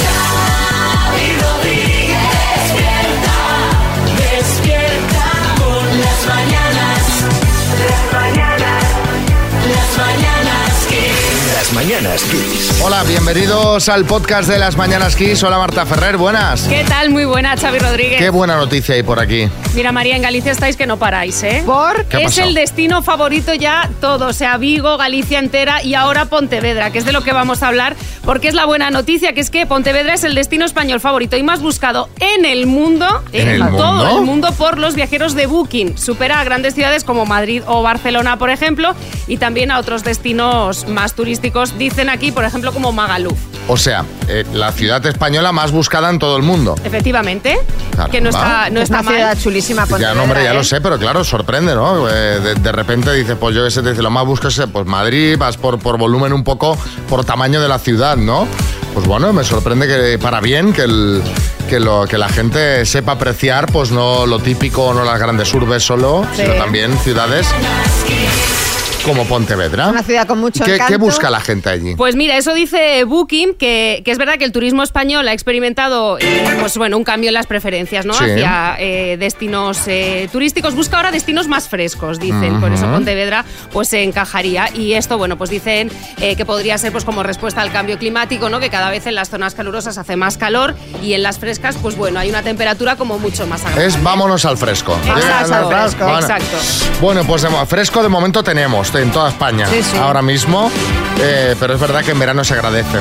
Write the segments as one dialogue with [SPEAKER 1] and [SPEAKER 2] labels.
[SPEAKER 1] Xavi Rodríguez, despierta, despierta con las mañanas, las mañanas, las mañanas que...
[SPEAKER 2] Las mañanas Kiss.
[SPEAKER 3] Hola, bienvenidos al podcast de las Mañanas Kiss. Hola Marta Ferrer, buenas.
[SPEAKER 4] ¿Qué tal? Muy buena, Xavi Rodríguez.
[SPEAKER 3] Qué buena noticia hay por aquí.
[SPEAKER 4] Mira, María, en Galicia estáis que no paráis, ¿eh?
[SPEAKER 3] ¿Por? ¿Qué ha
[SPEAKER 4] Es
[SPEAKER 3] pasado?
[SPEAKER 4] el destino favorito ya todo, o sea, Vigo, Galicia entera y ahora Pontevedra, que es de lo que vamos a hablar, porque es la buena noticia, que es que Pontevedra es el destino español favorito y más buscado en el mundo,
[SPEAKER 3] ¿En el
[SPEAKER 4] todo
[SPEAKER 3] mundo?
[SPEAKER 4] el mundo, por los viajeros de Booking. Supera a grandes ciudades como Madrid o Barcelona, por ejemplo, y también a otros destinos más turísticos, dicen aquí, por ejemplo, como Magaluf.
[SPEAKER 3] O sea, eh, la ciudad española más buscada en todo el mundo.
[SPEAKER 4] Efectivamente,
[SPEAKER 3] Caramba.
[SPEAKER 4] que no está, no
[SPEAKER 5] es
[SPEAKER 4] está
[SPEAKER 5] una
[SPEAKER 4] mal.
[SPEAKER 5] ciudad chulísima.
[SPEAKER 3] Ya,
[SPEAKER 5] Pontevedra,
[SPEAKER 3] no, hombre, ya
[SPEAKER 5] ¿eh?
[SPEAKER 3] lo sé, pero claro, sorprende, ¿no? Eh, de, de repente dices, pues yo qué sé, te dice, lo más buscas es pues Madrid, vas por, por volumen un poco, por tamaño de la ciudad, ¿no? Pues bueno, me sorprende que para bien que el... Que, lo, que la gente sepa apreciar, pues no lo típico, no las grandes urbes solo, sino también ciudades como Pontevedra.
[SPEAKER 5] Una ciudad con mucho
[SPEAKER 3] ¿Qué,
[SPEAKER 5] encanto.
[SPEAKER 3] qué busca la gente allí?
[SPEAKER 4] Pues mira, eso dice Booking, que, que es verdad que el turismo español ha experimentado eh, pues bueno, un cambio en las preferencias ¿no?
[SPEAKER 3] Sí.
[SPEAKER 4] hacia eh, destinos eh, turísticos. Busca ahora destinos más frescos, dicen. Por eso
[SPEAKER 3] Ujú.
[SPEAKER 4] Pontevedra pues, se encajaría. Y esto, bueno, pues dicen eh, que podría ser pues, como respuesta al cambio climático, ¿no? que cada vez en las zonas calurosas hace más calor y en las frescas, pues bueno, hay una temperatura como mucho más agradable.
[SPEAKER 3] Es vámonos al fresco.
[SPEAKER 4] Exacto,
[SPEAKER 3] Llegan
[SPEAKER 4] al
[SPEAKER 3] atrás,
[SPEAKER 4] fresco, exacto.
[SPEAKER 3] Bueno, pues de mo- fresco de momento tenemos en toda España
[SPEAKER 5] Sí, sí.
[SPEAKER 3] ahora mismo, eh, pero es verdad que en verano se agradece.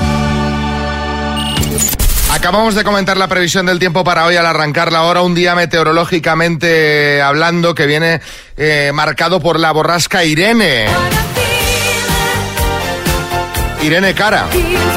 [SPEAKER 3] Acabamos de comentar la previsión del tiempo para hoy al arrancar la hora, un día meteorológicamente hablando que viene eh, marcado por la borrasca Irene. Irene Cara.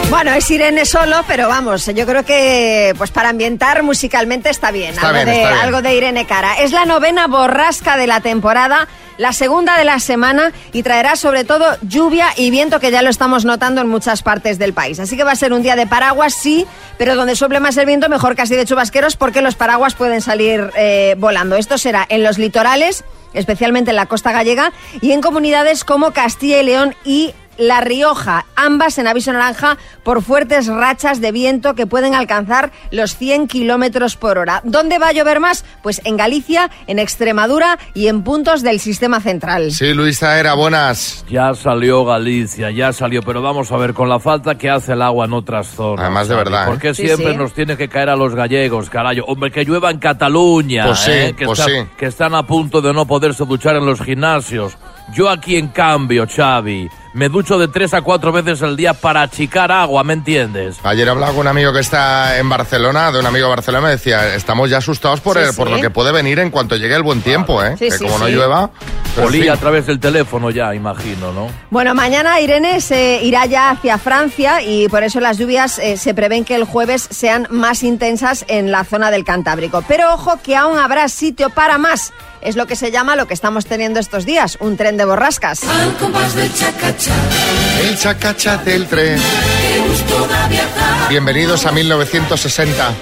[SPEAKER 5] Bueno, es Irene solo, pero vamos, yo creo que pues para ambientar musicalmente está bien.
[SPEAKER 3] Está
[SPEAKER 5] algo,
[SPEAKER 3] bien,
[SPEAKER 5] de,
[SPEAKER 3] está bien.
[SPEAKER 5] algo de Irene Cara. Es la novena borrasca de la temporada, la segunda de la semana y traerá sobre todo lluvia y viento que ya lo estamos notando en muchas partes del país. Así que va a ser un día de paraguas, sí, pero donde sople más el viento mejor casi de chubasqueros porque los paraguas pueden salir eh, volando. Esto será en los litorales, especialmente en la costa gallega y en comunidades como Castilla y León y la Rioja, ambas en aviso naranja por fuertes rachas de viento que pueden alcanzar los 100 kilómetros por hora. ¿Dónde va a llover más? Pues en Galicia, en Extremadura y en puntos del sistema central.
[SPEAKER 3] Sí, Luisa era buenas.
[SPEAKER 6] Ya salió Galicia, ya salió, pero vamos a ver, con la falta que hace el agua en otras zonas.
[SPEAKER 3] Además, de
[SPEAKER 6] Xavi,
[SPEAKER 3] verdad, ¿eh?
[SPEAKER 6] ¿Por qué
[SPEAKER 5] Sí,
[SPEAKER 6] siempre
[SPEAKER 5] sí.
[SPEAKER 6] nos tiene que caer a los gallegos, carajo? Hombre, que llueva en Cataluña,
[SPEAKER 3] Pues sí,
[SPEAKER 6] ¿eh? que,
[SPEAKER 3] pues
[SPEAKER 6] están,
[SPEAKER 3] sí.
[SPEAKER 6] que están a punto de no poderse duchar en los gimnasios. Yo aquí, en cambio, Xavi, me ducho de tres a cuatro veces al día para achicar agua, ¿me entiendes?
[SPEAKER 3] Ayer hablaba con un amigo que está en Barcelona, de un amigo de Barcelona, me decía, estamos ya asustados por,
[SPEAKER 5] Sí,
[SPEAKER 3] el- por
[SPEAKER 5] sí.
[SPEAKER 3] lo que puede venir en cuanto llegue el buen tiempo, ¿eh?
[SPEAKER 5] Sí,
[SPEAKER 3] que
[SPEAKER 5] sí,
[SPEAKER 3] como no
[SPEAKER 5] sí.
[SPEAKER 3] llueva... pero en
[SPEAKER 6] Olía a
[SPEAKER 3] fin.
[SPEAKER 6] través del teléfono ya, imagino, ¿no?
[SPEAKER 5] Bueno, mañana Irene se irá ya hacia Francia y por eso las lluvias eh, se prevén que el jueves sean más intensas en la zona del Cantábrico. Pero ojo que aún habrá sitio para más. Es lo que se llama lo que estamos teniendo estos días, un tren de borrascas.
[SPEAKER 1] Al compás del chacacha,
[SPEAKER 3] El chacacha del tren.
[SPEAKER 1] qué gusto da viajar.
[SPEAKER 3] Bienvenidos a 1960.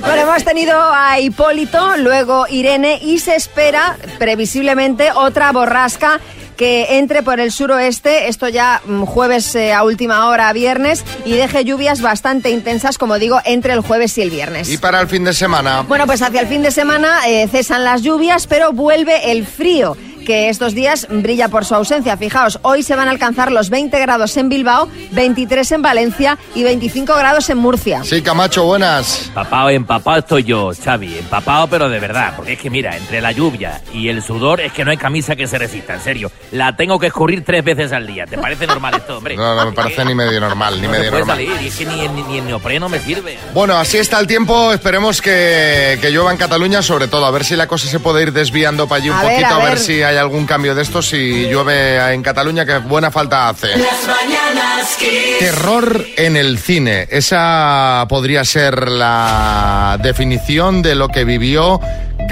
[SPEAKER 5] Bueno, hemos tenido a Hipólito, luego Irene y se espera previsiblemente otra borrasca que entre por el suroeste, esto ya mm, jueves eh, a última hora, viernes, y deje lluvias bastante intensas, como digo, entre el jueves y el viernes.
[SPEAKER 3] Y para el fin de semana...
[SPEAKER 5] Bueno, pues hacia el fin de semana eh, cesan las lluvias, pero vuelve el frío que estos días brilla por su ausencia. Fijaos, hoy se van a alcanzar los 20 grados en Bilbao, 23 en Valencia y 25 grados en Murcia.
[SPEAKER 3] Sí, Camacho, buenas.
[SPEAKER 6] Empapado, empapado estoy yo, Xavi, empapado pero de verdad, porque es que mira, entre la lluvia y el sudor es que no hay camisa que se resista, en serio. La tengo que escurrir tres veces al día, ¿te parece normal esto, hombre?
[SPEAKER 3] No, no me parece ni medio normal, ni
[SPEAKER 6] No se
[SPEAKER 3] medio
[SPEAKER 6] puede
[SPEAKER 3] normal.
[SPEAKER 6] salir, y es que ni, ni, ni el neopreno me sirve.
[SPEAKER 3] Bueno, así está el tiempo. Esperemos que, que llueva en Cataluña, sobre todo. A ver si la cosa se puede ir desviando para allí un
[SPEAKER 5] A ver,
[SPEAKER 3] poquito,
[SPEAKER 5] a
[SPEAKER 3] a ver
[SPEAKER 5] ver.
[SPEAKER 3] si hay algún cambio de esto. Si llueve en Cataluña, que buena falta hace.
[SPEAKER 1] Las mañanas que...
[SPEAKER 3] Terror en el cine. Esa podría ser la definición de lo que vivió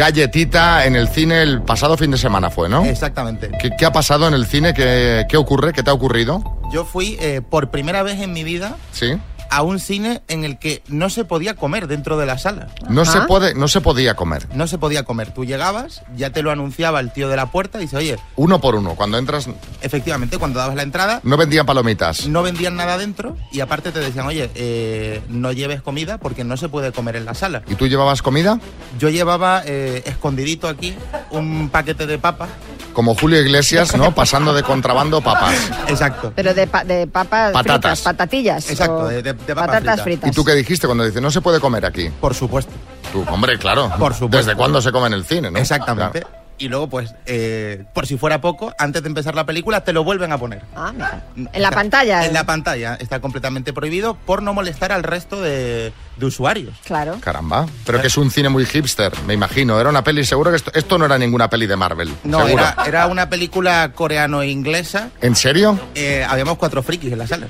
[SPEAKER 3] Galletita en el cine el pasado fin de semana, fue, ¿no?
[SPEAKER 7] Exactamente.
[SPEAKER 3] ¿Qué, qué ha pasado en el cine? ¿Qué, qué ocurre? ¿Qué te ha ocurrido?
[SPEAKER 7] Yo fui eh, por primera vez en mi vida
[SPEAKER 3] Sí.
[SPEAKER 2] a un cine en el que no se podía comer dentro de la sala.
[SPEAKER 3] No, se puede, no se podía comer.
[SPEAKER 2] No se podía comer. Tú llegabas, ya te lo anunciaba el tío de la puerta y dice, oye,
[SPEAKER 3] Uno por uno. Cuando entras,
[SPEAKER 2] efectivamente, cuando dabas la entrada,
[SPEAKER 3] no vendían palomitas.
[SPEAKER 2] no vendían nada dentro y aparte te decían, oye, eh, no lleves comida porque no se puede comer en la sala.
[SPEAKER 3] ¿Y tú llevabas comida?
[SPEAKER 2] Yo llevaba eh, escondidito aquí un paquete de papas.
[SPEAKER 3] Como Julio Iglesias, ¿no? Pasando de contrabando papas.
[SPEAKER 2] Exacto.
[SPEAKER 5] Pero de, pa- de papas
[SPEAKER 3] Patatas.
[SPEAKER 5] fritas, patatillas.
[SPEAKER 2] Exacto,
[SPEAKER 5] o
[SPEAKER 2] de- de- de papas
[SPEAKER 5] patatas
[SPEAKER 2] fritas.
[SPEAKER 5] fritas.
[SPEAKER 3] ¿Y tú qué dijiste cuando dice no se puede comer aquí?
[SPEAKER 2] Por supuesto.
[SPEAKER 3] Tú, hombre, claro.
[SPEAKER 2] Por supuesto.
[SPEAKER 3] ¿Desde cuándo se come en el cine, no?
[SPEAKER 2] Exactamente.
[SPEAKER 3] Claro.
[SPEAKER 2] Y luego, pues, eh, por si fuera poco, antes de empezar la película, te lo vuelven a poner.
[SPEAKER 5] Ah, mira. En
[SPEAKER 2] O
[SPEAKER 5] la
[SPEAKER 2] sea,
[SPEAKER 5] pantalla.
[SPEAKER 2] En la pantalla. Está completamente prohibido por no molestar al resto de, de usuarios.
[SPEAKER 5] Claro.
[SPEAKER 3] Caramba. Pero que es un cine muy hipster, me imagino. Era una peli, seguro que esto, esto no era ninguna peli de Marvel.
[SPEAKER 2] No,
[SPEAKER 3] seguro.
[SPEAKER 2] era, era una película coreano-inglesa.
[SPEAKER 3] ¿En serio?
[SPEAKER 2] Eh, habíamos cuatro frikis en la sala.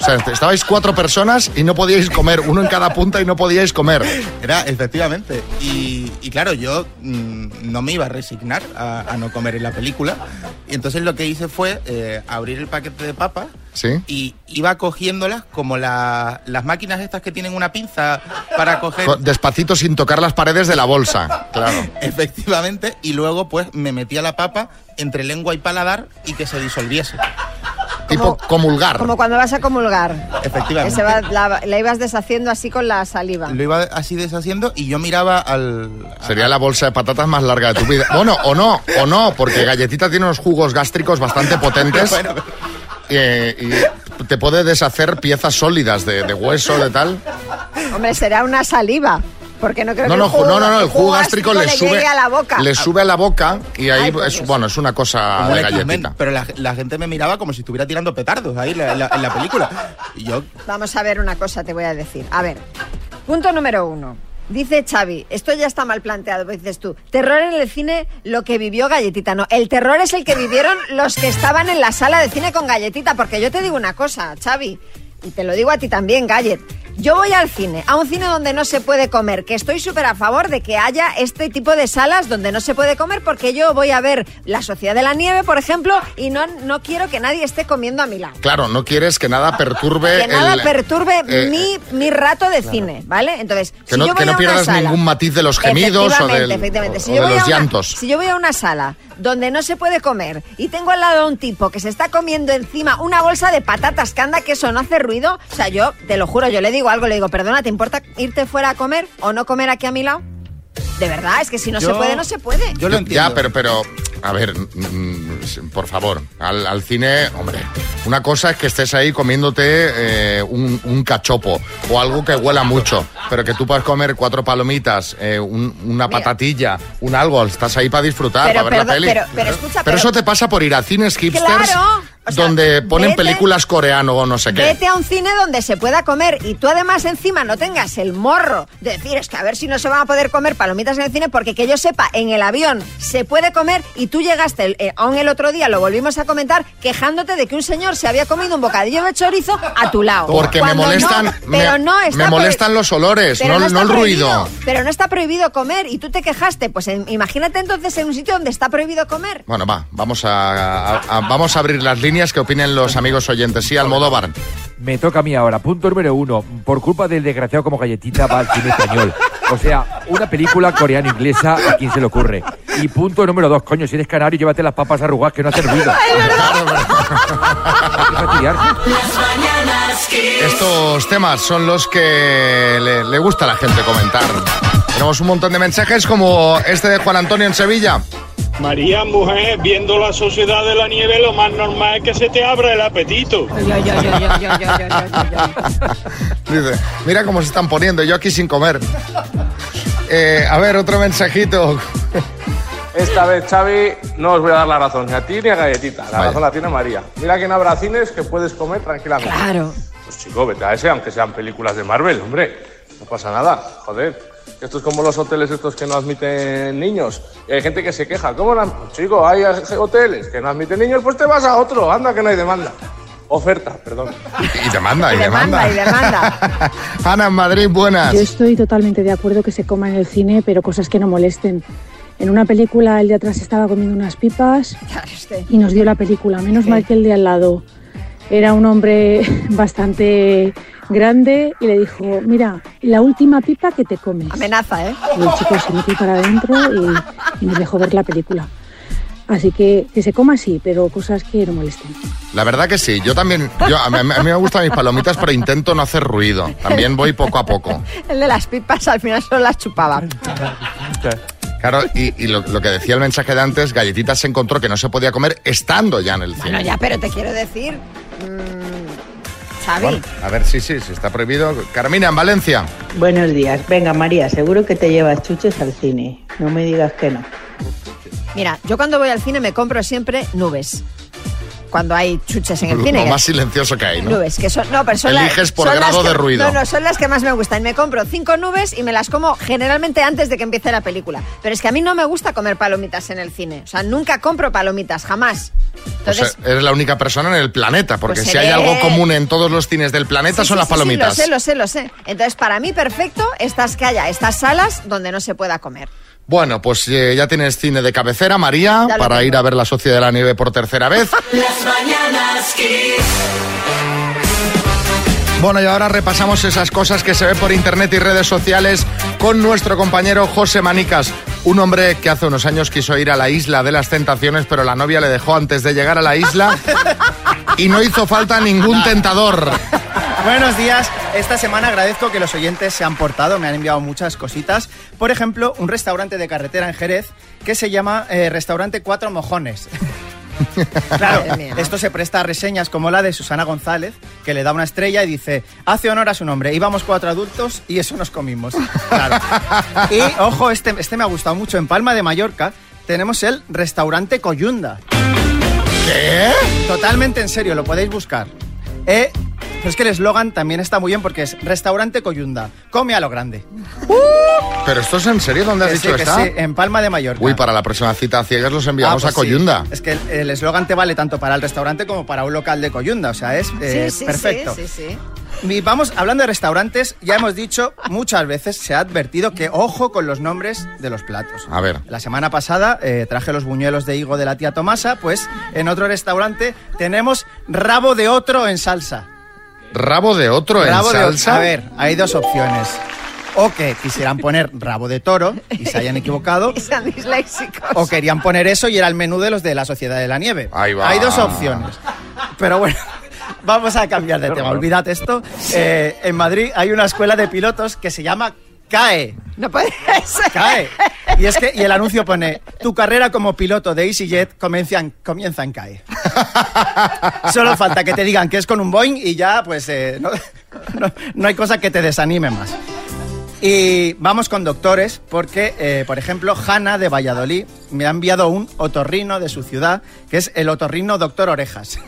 [SPEAKER 3] O sea, est- estabais cuatro personas y no podíais comer, uno en cada punta y no podíais comer.
[SPEAKER 2] Era, efectivamente. Y, y claro, yo mm, no me iba a resignar a, a no comer en la película. Y entonces lo que hice fue eh, abrir el paquete de papas
[SPEAKER 3] ¿Sí?
[SPEAKER 2] y iba cogiéndolas como la- las máquinas estas que tienen una pinza para coger.
[SPEAKER 3] Co- Despacito sin tocar las paredes de la bolsa. Claro.
[SPEAKER 2] Efectivamente, y luego pues me metía la papa entre lengua y paladar y que se disolviese.
[SPEAKER 3] Tipo comulgar.
[SPEAKER 5] Como cuando vas a comulgar. Que
[SPEAKER 2] Efectivamente.
[SPEAKER 5] se va- la, la ibas deshaciendo así con la saliva.
[SPEAKER 2] Lo iba así deshaciendo y yo miraba al... a-
[SPEAKER 3] Sería la bolsa de patatas más larga de tu vida. Bueno, o no, o no, porque Galletita tiene unos jugos gástricos bastante potentes. eh, y te puede deshacer piezas sólidas de, de hueso, de tal.
[SPEAKER 5] Hombre, será una saliva. Porque no creo
[SPEAKER 3] No,
[SPEAKER 5] que
[SPEAKER 3] no,
[SPEAKER 5] el jugo,
[SPEAKER 3] ju- no, no, no, el jugo gástrico le sube
[SPEAKER 5] llegue a la boca. Ah,
[SPEAKER 3] Le sube a la boca y ahí
[SPEAKER 5] Ay,
[SPEAKER 2] pues,
[SPEAKER 5] por
[SPEAKER 3] es,
[SPEAKER 5] Dios.
[SPEAKER 3] bueno, es una cosa
[SPEAKER 2] como
[SPEAKER 3] de
[SPEAKER 2] el X-Men,
[SPEAKER 3] galletita.
[SPEAKER 2] Pero la, la gente me miraba como si estuviera tirando petardos ahí la- la- en la película. Y yo,
[SPEAKER 5] Vamos a ver una cosa, te voy a decir. A ver, punto número uno. Dice Xavi, esto ya está mal planteado, pues dices tú, terror en el cine lo que vivió Galletita. No, el terror es el que vivieron los que estaban en la sala de cine con Galletita, porque yo te digo una cosa, Xavi, y te lo digo a ti también, Gallet. Yo voy al cine, a un cine donde no se puede comer, que estoy súper a favor de que haya este tipo de salas donde no se puede comer, porque yo voy a ver La Sociedad de la Nieve, por ejemplo, y no, no quiero que nadie esté comiendo a mi lado.
[SPEAKER 3] Claro, no quieres que nada perturbe.
[SPEAKER 5] Que nada
[SPEAKER 3] el-
[SPEAKER 5] perturbe
[SPEAKER 3] eh,
[SPEAKER 5] mi, mi rato de cine, ¿vale? Entonces,
[SPEAKER 3] Que
[SPEAKER 5] si
[SPEAKER 3] no-
[SPEAKER 5] yo
[SPEAKER 3] que
[SPEAKER 5] voy
[SPEAKER 3] no
[SPEAKER 5] a una
[SPEAKER 3] pierdas
[SPEAKER 5] sala-
[SPEAKER 3] ningún matiz de los gemidos o
[SPEAKER 5] Efectivamente,
[SPEAKER 3] del-
[SPEAKER 5] efectivamente.
[SPEAKER 3] o-
[SPEAKER 5] Si
[SPEAKER 3] o
[SPEAKER 5] yo
[SPEAKER 3] de
[SPEAKER 5] voy a
[SPEAKER 3] los
[SPEAKER 5] una-
[SPEAKER 3] llantos.
[SPEAKER 5] Si yo voy a una sala donde no se puede comer y tengo al lado a un tipo que se está comiendo encima una bolsa de patatas que anda que eso no hace ruido, o sea, yo te lo juro, yo le digo algo, le digo, perdona, ¿te importa irte fuera a comer o no comer aquí a mi lado? De verdad, es que si no se
[SPEAKER 2] Yo-
[SPEAKER 5] puede, no se puede.
[SPEAKER 2] yo lo entiendo.
[SPEAKER 3] Ya, pero, pero, a ver, mm, por favor, al, al cine, hombre, una cosa es que estés ahí comiéndote eh, un, un cachopo o algo que huela mucho, pero que tú puedas comer cuatro palomitas, eh, un- una
[SPEAKER 5] Mira.
[SPEAKER 3] patatilla, un algo, estás ahí para disfrutar, para
[SPEAKER 5] Pero,
[SPEAKER 3] ver la
[SPEAKER 5] perdón,
[SPEAKER 3] peli.
[SPEAKER 5] pero- pero escucha, pero-
[SPEAKER 3] eso te pasa por ir a cines hipsters
[SPEAKER 5] Claro, o sea,
[SPEAKER 3] donde ponen
[SPEAKER 5] vete-
[SPEAKER 3] películas coreano o no sé qué.
[SPEAKER 5] Vete a un cine donde se pueda comer y tú además encima no tengas el morro de decir es que a ver si no se van a poder comer palomitas en el cine porque que yo sepa en el avión se puede comer y tú llegaste el- eh, aún el otro día lo volvimos a comentar quejándote de que un señor se había comido un bocadillo de chorizo a tu lado
[SPEAKER 3] Porque me
[SPEAKER 5] Cuando no,
[SPEAKER 3] molestan, me-
[SPEAKER 5] pero no está
[SPEAKER 3] me molestan
[SPEAKER 5] prohi-
[SPEAKER 3] los olores,
[SPEAKER 5] pero
[SPEAKER 3] no-
[SPEAKER 5] está
[SPEAKER 3] no el ruido.
[SPEAKER 5] prohibido, pero no está prohibido comer y tú te quejaste pues en- imagínate entonces en un sitio donde está prohibido comer
[SPEAKER 3] Bueno, va, vamos a, a- a- vamos a abrir las líneas que opinen los amigos oyentes. Sí, Almodóvar.
[SPEAKER 7] Me toca a mí ahora. Punto número uno. Por culpa del desgraciado como galletita va al cine español. O sea, una película coreano-inglesa a quien se le ocurre. Y punto número dos. Coño, si eres canario, llévate las papas arrugadas que no hacen ruido. Hay que fastidiarse.
[SPEAKER 1] Las mañanas Kiss.
[SPEAKER 3] Estos temas son los que le, le gusta a la gente comentar. Tenemos un montón de mensajes como este de Juan Antonio en Sevilla.
[SPEAKER 8] María, mujer, viendo la sociedad de la nieve, lo más normal es que se te abra el apetito.
[SPEAKER 4] Yo, yo, yo, yo, yo, yo, yo, yo, yo.
[SPEAKER 3] Dice, mira cómo se están poniendo, yo aquí sin comer. Eh, a ver, otro mensajito.
[SPEAKER 9] Esta vez, Xavi, no os voy a dar la razón, ni a ti ni a Galletita. La
[SPEAKER 3] Vaya.
[SPEAKER 9] razón la tiene María. Mira que no habrá cines que puedes comer tranquilamente.
[SPEAKER 5] claro
[SPEAKER 9] Pues chico, vete a ese, aunque sean películas de Marvel, hombre. No pasa nada, joder. Esto es como los hoteles estos que no admiten niños. Y hay gente que se queja. ¿Cómo no? Pues, Chico, hay hoteles que no admiten niños, pues te vas a otro. Anda, que no hay demanda. Oferta, perdón.
[SPEAKER 3] Y, y demanda, y,
[SPEAKER 5] Y demanda,
[SPEAKER 3] demanda.
[SPEAKER 5] y demanda.
[SPEAKER 3] Ana en Madrid, buenas.
[SPEAKER 10] Yo estoy totalmente de acuerdo que se coma en el cine, pero cosas que no molesten. En una película el de atrás estaba comiendo unas pipas
[SPEAKER 5] claro este. es que-
[SPEAKER 10] y nos dio la película. Menos mal que el de al lado Era un hombre bastante grande y le dijo, mira, la última pipa que te comes.
[SPEAKER 5] Amenaza, ¿eh?
[SPEAKER 10] Y el chico se metió para adentro y, y nos dejó ver la película. Así que que se coma sí, pero cosas que no molesten.
[SPEAKER 3] La verdad que sí, yo también, yo, a, mí, a mí me gustan mis palomitas, pero intento no hacer ruido. También voy poco a poco.
[SPEAKER 5] El de las pipas al final solo las chupaba.
[SPEAKER 3] Claro, y, y lo, lo que decía el mensaje de antes, galletitas se encontró que no se podía comer estando ya en el cine.
[SPEAKER 5] Bueno, ya, pero te quiero decir. mm, Xavi.
[SPEAKER 3] Bueno, a ver, sí, sí, sí, está prohibido. Carmina, en Valencia.
[SPEAKER 11] Buenos días. Venga, María, seguro que te llevas chuches al cine. No me digas que no.
[SPEAKER 5] Mira, yo cuando voy al cine me compro siempre nubes. Cuando hay chuches en el cine.
[SPEAKER 3] Lo más silencioso que hay, ¿no?
[SPEAKER 5] Nubes, que son. No, pero son
[SPEAKER 3] Eliges
[SPEAKER 5] las,
[SPEAKER 3] por
[SPEAKER 5] son
[SPEAKER 3] grado
[SPEAKER 5] las que-
[SPEAKER 3] de ruido.
[SPEAKER 5] No, no, son las que más me gustan. Me compro cinco nubes y me las como generalmente antes de que empiece la película. Pero es que a mí no me gusta comer palomitas en el cine. O sea, nunca compro palomitas, jamás.
[SPEAKER 3] Pues
[SPEAKER 5] Entonces.
[SPEAKER 3] eres la única persona en el planeta, porque
[SPEAKER 5] Pues
[SPEAKER 3] si hay
[SPEAKER 5] seré-
[SPEAKER 3] algo común en todos los cines del planeta
[SPEAKER 5] sí,
[SPEAKER 3] son
[SPEAKER 5] sí,
[SPEAKER 3] las
[SPEAKER 5] sí, sí,
[SPEAKER 3] palomitas.
[SPEAKER 5] lo sé, lo sé, lo sé. Entonces, para mí, perfecto, estas que haya, estas salas donde no se pueda comer.
[SPEAKER 3] Bueno, pues eh, ya tienes cine de cabecera, María,
[SPEAKER 5] Ya lo
[SPEAKER 3] para
[SPEAKER 5] tengo.
[SPEAKER 3] ir a ver La Sociedad de la Nieve por tercera vez.
[SPEAKER 1] Las mañanas Kiss.
[SPEAKER 3] Bueno, y ahora repasamos esas cosas que se ven por internet y redes sociales con nuestro compañero José Manicas, un hombre que hace unos años quiso ir a la isla de las tentaciones, pero la novia le dejó antes de llegar a la isla y no hizo falta ningún tentador.
[SPEAKER 12] Buenos días. Esta semana agradezco que los oyentes se han portado, me han enviado muchas cositas. Por ejemplo, un restaurante de carretera en Jerez que se llama eh, Restaurante Cuatro Mojones. Claro, esto se presta a reseñas como la de Susana González, que le da una estrella y dice, hace honor a su nombre, íbamos cuatro adultos y eso nos comimos. Claro. Y ojo, este, este me ha gustado mucho, en Palma de Mallorca tenemos el restaurante Coyunda.
[SPEAKER 3] ¿Qué?
[SPEAKER 12] Totalmente en serio, lo podéis buscar. Eh, pero es que el eslogan también está muy bien porque es Restaurante Coyunda, come a lo grande.
[SPEAKER 3] Pero esto es en serio, ¿dónde has
[SPEAKER 12] Que sí,
[SPEAKER 3] dicho
[SPEAKER 12] que
[SPEAKER 3] que está?
[SPEAKER 12] sí, en Palma de Mallorca.
[SPEAKER 3] Uy, para la próxima cita a ciegas los
[SPEAKER 12] Ah,
[SPEAKER 3] enviamos
[SPEAKER 12] pues
[SPEAKER 3] a
[SPEAKER 12] sí.
[SPEAKER 3] Coyunda.
[SPEAKER 12] Es que el- el eslogan te vale tanto para el restaurante como para un local de Coyunda, o sea, es eh,
[SPEAKER 5] sí, sí,
[SPEAKER 12] perfecto.
[SPEAKER 5] sí, sí, sí.
[SPEAKER 12] Y vamos, hablando de restaurantes, ya hemos dicho muchas veces, se ha advertido que ojo con los nombres de los platos.
[SPEAKER 3] A ver.
[SPEAKER 12] La semana pasada eh, traje los buñuelos de higo de la tía Tomasa, pues en otro restaurante tenemos rabo de otro en salsa.
[SPEAKER 3] Rabo de otro
[SPEAKER 12] Rabo
[SPEAKER 3] en
[SPEAKER 12] de-
[SPEAKER 3] salsa.
[SPEAKER 12] a ver, hay dos opciones. O que quisieran poner rabo de toro y se hayan equivocado,
[SPEAKER 5] Sean disléxicos.
[SPEAKER 12] o querían poner eso y era el menú de los de la Sociedad de la Nieve.
[SPEAKER 3] Ahí va.
[SPEAKER 12] Hay dos opciones. Pero bueno, vamos a cambiar de tema. Olvidad esto. Eh, en Madrid hay una escuela de pilotos que se llama CAE.
[SPEAKER 5] No puede ser.
[SPEAKER 12] CAE. Y es que y el anuncio pone, tu carrera como piloto de EasyJet comienza en, comienza en CAE. Solo falta que te digan que es con un Boeing y ya, pues, eh, no, no- no hay cosa que te desanime más. Y vamos con doctores, porque, eh, por ejemplo, Hanna de Valladolid me ha enviado un otorrino de su ciudad, que es el otorrino doctor Orejas.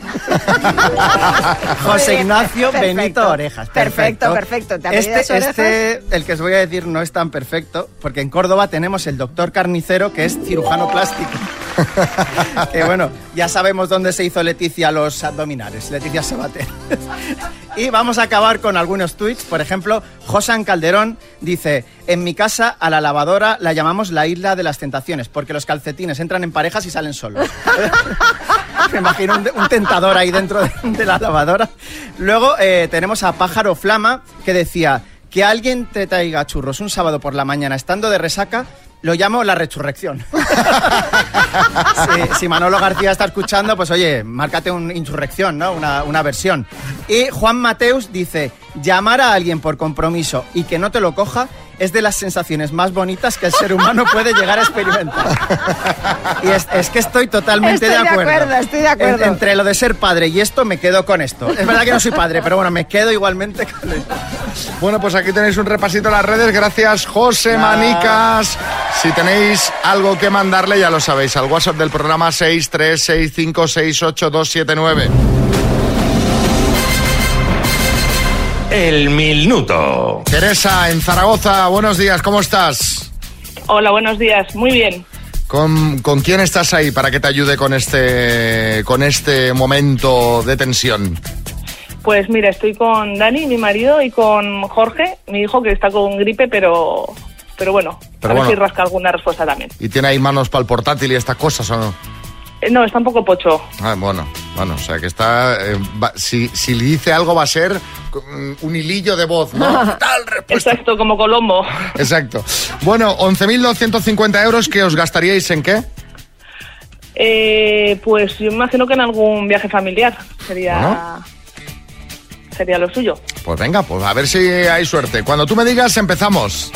[SPEAKER 5] Muy
[SPEAKER 12] José
[SPEAKER 5] bien,
[SPEAKER 12] Ignacio
[SPEAKER 5] perfecto.
[SPEAKER 12] Benito Orejas.
[SPEAKER 5] Perfecto, perfecto. ¿Te apellidas
[SPEAKER 12] Este,
[SPEAKER 5] Orejas?
[SPEAKER 12] este, el que os voy a decir, no es tan perfecto, porque en Córdoba tenemos el doctor carnicero, que es cirujano plástico. que bueno, ya sabemos dónde se hizo Leticia los abdominales, Leticia Sabater. y vamos a acabar con algunos tweets. Por ejemplo, Josan Calderón dice: En mi casa a la lavadora la llamamos la isla de las tentaciones, porque los calcetines entran en parejas y salen solos. Me imagino un, un tentador ahí dentro de, de la lavadora. Luego eh, tenemos a Pájaro Flama que decía que alguien te traiga churros un sábado por la mañana estando de resaca. Lo llamo la resurrección. si, si Manolo García está escuchando, pues oye, márcate una insurrección, ¿no? Una, una versión. Y Juan Mateus dice, llamar a alguien por compromiso y que no te lo coja es de las sensaciones más bonitas que el ser humano puede llegar a experimentar. Y es, es que estoy totalmente
[SPEAKER 5] Estoy de
[SPEAKER 12] de acuerdo.
[SPEAKER 5] acuerdo, estoy de acuerdo.
[SPEAKER 12] En- entre lo de ser padre y esto me quedo con esto. Es verdad que no soy padre, pero bueno, me quedo igualmente con esto.
[SPEAKER 3] Bueno, pues aquí tenéis un repasito a las redes. Gracias, José
[SPEAKER 12] Nada.
[SPEAKER 3] Manicas. Si tenéis algo que mandarle, ya lo sabéis, al WhatsApp del programa 636568279.
[SPEAKER 13] El minuto.
[SPEAKER 3] Teresa, en Zaragoza, buenos días, ¿cómo estás?
[SPEAKER 14] Hola, buenos días. Muy bien.
[SPEAKER 3] ¿Con, con quién estás ahí para que te ayude con este, con este momento de tensión?
[SPEAKER 14] Pues mira, estoy con Dani, mi marido, y con Jorge, mi hijo, que está con gripe, pero, pero bueno,
[SPEAKER 3] Pero
[SPEAKER 14] a ver
[SPEAKER 3] bueno.
[SPEAKER 14] si rasca alguna respuesta también.
[SPEAKER 3] ¿Y tiene ahí manos para el portátil y estas cosas o no?
[SPEAKER 14] Eh, No, está un poco pocho.
[SPEAKER 3] Ah, bueno, bueno, o sea que está. eh, va- si, si le dice algo va a ser mm, un hilillo de voz, ¿no?
[SPEAKER 14] Exacto, como Colombo.
[SPEAKER 3] Exacto. Bueno, 11.250 euros que os gastaríais en qué?
[SPEAKER 14] Eh, pues yo imagino que en algún viaje familiar sería, sería lo suyo.
[SPEAKER 3] Pues venga, pues a ver si hay suerte. Cuando tú me digas, empezamos.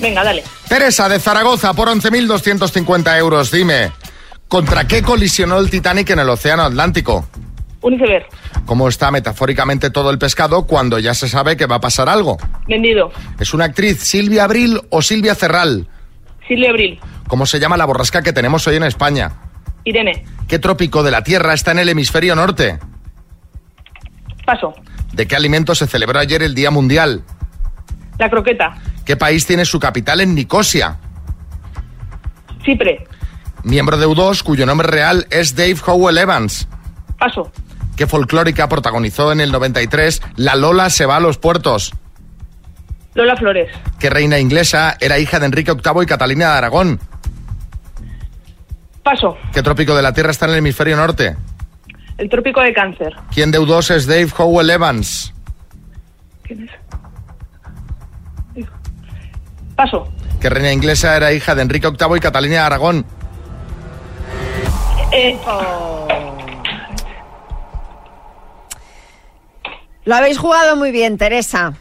[SPEAKER 14] Venga, dale.
[SPEAKER 3] Teresa de Zaragoza por 11.250 euros, dime. ¿Contra qué colisionó el Titanic en el Océano Atlántico?
[SPEAKER 14] Un iceberg.
[SPEAKER 3] ¿Cómo está metafóricamente todo el pescado cuando ya se sabe que va a pasar algo?
[SPEAKER 14] Vendido.
[SPEAKER 3] ¿Es una actriz Silvia Abril o Silvia Cerral?
[SPEAKER 14] Silvia Abril.
[SPEAKER 3] ¿Cómo se llama la borrasca que tenemos hoy en España?
[SPEAKER 14] Irene.
[SPEAKER 3] ¿Qué trópico de la Tierra está en el hemisferio norte?
[SPEAKER 14] Paso.
[SPEAKER 3] ¿De qué alimento se celebró ayer el Día Mundial?
[SPEAKER 14] La croqueta.
[SPEAKER 3] ¿Qué país tiene su capital en Nicosia?
[SPEAKER 14] Chipre.
[SPEAKER 3] Miembro de U2, cuyo nombre real es Dave Howell Evans.
[SPEAKER 14] Paso.
[SPEAKER 3] ¿Qué folclórica protagonizó en el 93 La Lola se va a los puertos?
[SPEAKER 14] Lola Flores.
[SPEAKER 3] ¿Qué reina inglesa era hija de Enrique VIII y Catalina de Aragón?
[SPEAKER 14] Paso.
[SPEAKER 3] ¿Qué trópico de la Tierra está en el hemisferio norte?
[SPEAKER 14] El trópico de cáncer.
[SPEAKER 3] ¿Quién de U2 es Dave Howell Evans?
[SPEAKER 14] ¿Quién es? Paso.
[SPEAKER 3] ¿Qué reina inglesa era hija de Enrique VIII y Catalina de Aragón?
[SPEAKER 14] Eh,
[SPEAKER 5] Lo habéis jugado muy bien, Teresa.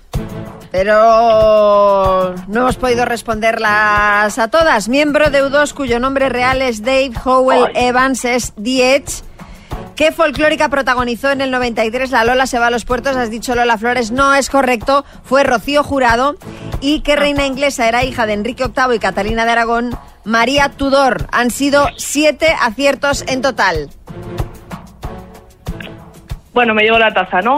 [SPEAKER 5] Pero no hemos podido responderlas a todas. Miembro de U2, cuyo nombre real es Dave Howell Evans, es The Edge. ¿Qué folclórica protagonizó en el 93 La Lola se va a los puertos? Has dicho Lola Flores, no es correcto, fue Rocío Jurado. ¿Y qué reina inglesa era hija de Enrique VIII y Catalina de Aragón? María Tudor. Han sido siete aciertos en total.
[SPEAKER 14] Bueno, me llevo la taza, ¿no?